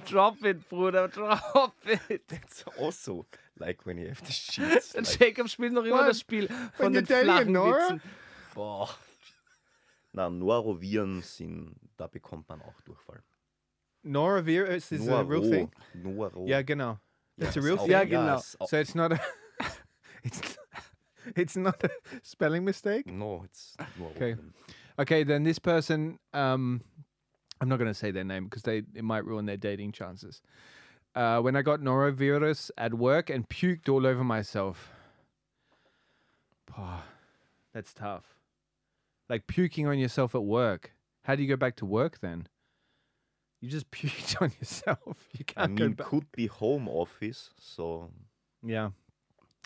Drop it, Bruder, drop it.
That's also like when you have the sheets. Like,
Jacob spielt noch immer
Mann,
das Spiel von
you're
den
dating
flachen
Nora?
Witzen.
boah. Na, Noroviren sind. Da bekommt man auch Durchfall.
Norovirus is a real thing.
Noro.
Yeah, genau. That's a
ist
real
auch-
thing.
Yeah, genau.
ist auch-
So it's not a it's it's not a spelling mistake.
No, it's
Okay.
Noroviren.
Okay, then this person um I'm not going to say their name because they it might ruin their dating chances. Uh, when I got norovirus at work and puked all over myself. Pah, that's tough. Like puking on yourself at work. How do you go back to work then? You just puked on yourself. You
I
can't go
mean,
back.
could be home office, so
Yeah.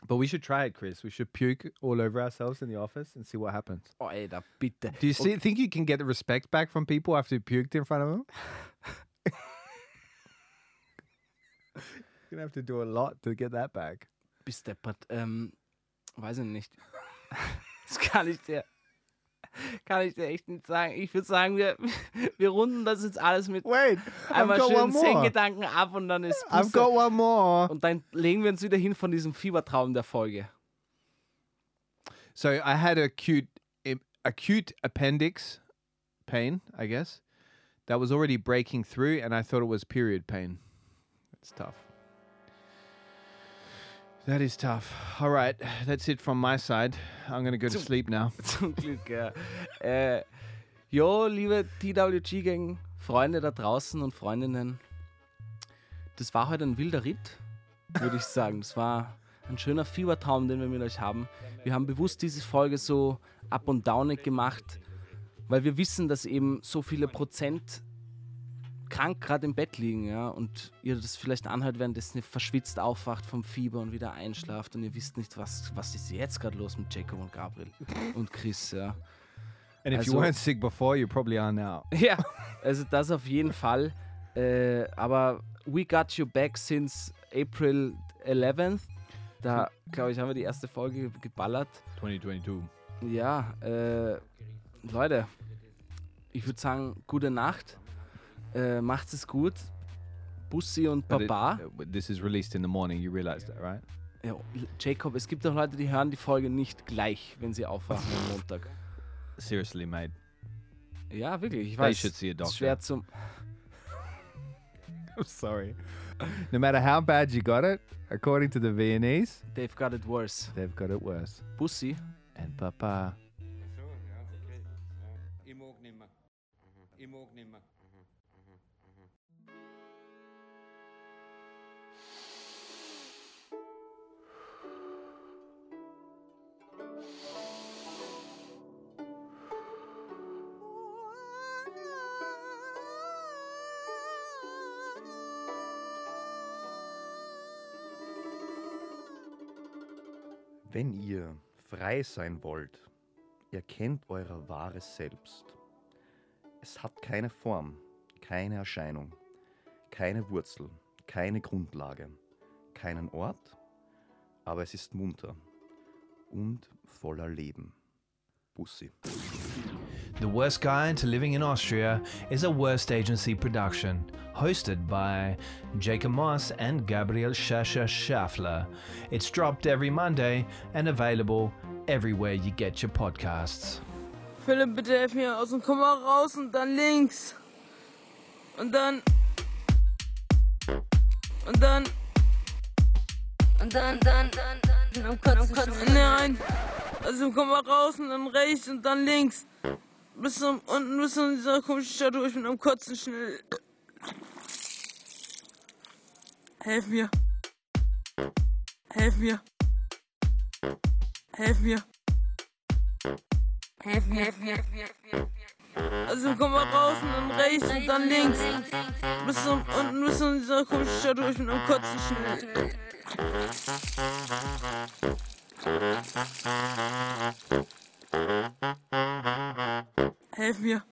But we should try it, Chris. We should puke all over ourselves in the office and see what happens.
Oh, Alter, bitte. Oh,
Do you see, think you can get the respect back from people after you puked in front of them? You're going to have to do a lot to get that back.
bist deppert. Ähm, weiß ich nicht. Das kann ich dir. Kann ich dir echt nicht sagen. Ich würde sagen, wir, wir runden das jetzt alles mit
Wait, I've
einmal
got
schön
Oh, one
zehn
more.
Gedanken ab und dann ist
I've
Busse.
got one more.
Und dann legen wir uns wieder hin von diesem Fiebertraum der Folge.
So I had acute, im- acute appendix pain, I guess, that was already breaking through, and I thought it was period pain. It's tough. That is tough. All right, that's it from my side. I'm gonna go to sleep now.
Zum Glück, ja. Äh, jo, liebe TWG-Gang. Freunde da draußen und Freundinnen, das war heute ein wilder Ritt, würde ich sagen. Das war ein schöner Fiebertraum, den wir mit euch haben. Wir haben bewusst diese Folge so up und downig gemacht, weil wir wissen, dass eben so viele Prozent krank gerade im Bett liegen, ja, und ihr das vielleicht anhört, währenddessen ihr verschwitzt aufwacht vom Fieber und wieder einschlaft und ihr wisst nicht, was, was ist jetzt gerade los mit Jacob und Gabriel und Chris, ja.
And if you
Also-
weren't sick before, you probably are now.
Ja, also das auf jeden Fall. Äh, aber we got you back since April 11th. Da, glaube ich, haben wir die erste Folge geballert.
2022.
Ja, äh, Leute, ich würde sagen, gute Nacht. Äh, macht es gut. Bussi und
But it-
Baba.
uh, this is released in the morning. You realize that, right?
Ja, Jacob, es gibt doch Leute, die hören die Folge nicht gleich, wenn sie aufwachen am Montag.
Seriously, mate.
Ja, wirklich, ich
They
weiß.
should see a
ist
doctor.
Schwer zum.
I'm sorry. No matter how bad you got it, according to the Viennese,
They've got it worse.
they've got it worse.
Bussi.
And Papa.
Ich mag nicht mehr. Ich mag nicht mehr.
Wenn ihr frei sein wollt, erkennt euer wahres Selbst. Es hat keine Form, keine Erscheinung, keine Wurzel, keine Grundlage, keinen Ort, aber es ist munter und voller Leben. Bussi.
The Worst Guide to Living in Austria is a Worst Agency production, hosted by Jacob Moss and Gabriel Shasha Schaffler. It's dropped every Monday and available everywhere you get your podcasts.
Philipp, bitte helf mir aus dem Komma raus und dann links. Und dann. Und dann. Und dann, dann, dann, dann. Am Kotzen, Kotzen. Nein. Also komm mal raus und dann rechts und dann links. Bis zum, unten bis zu dieser komischen Statue. Ich bin am Kotzen schnell. Helf mir. Helf mir. Helf mir. Helf mir, helf mir, helf mir. Also komm mal raus und dann rechts und dann links. Bis zum, unten bis zu dieser komischen Statue. Ich bin am Kotzen schnell. Helf mir.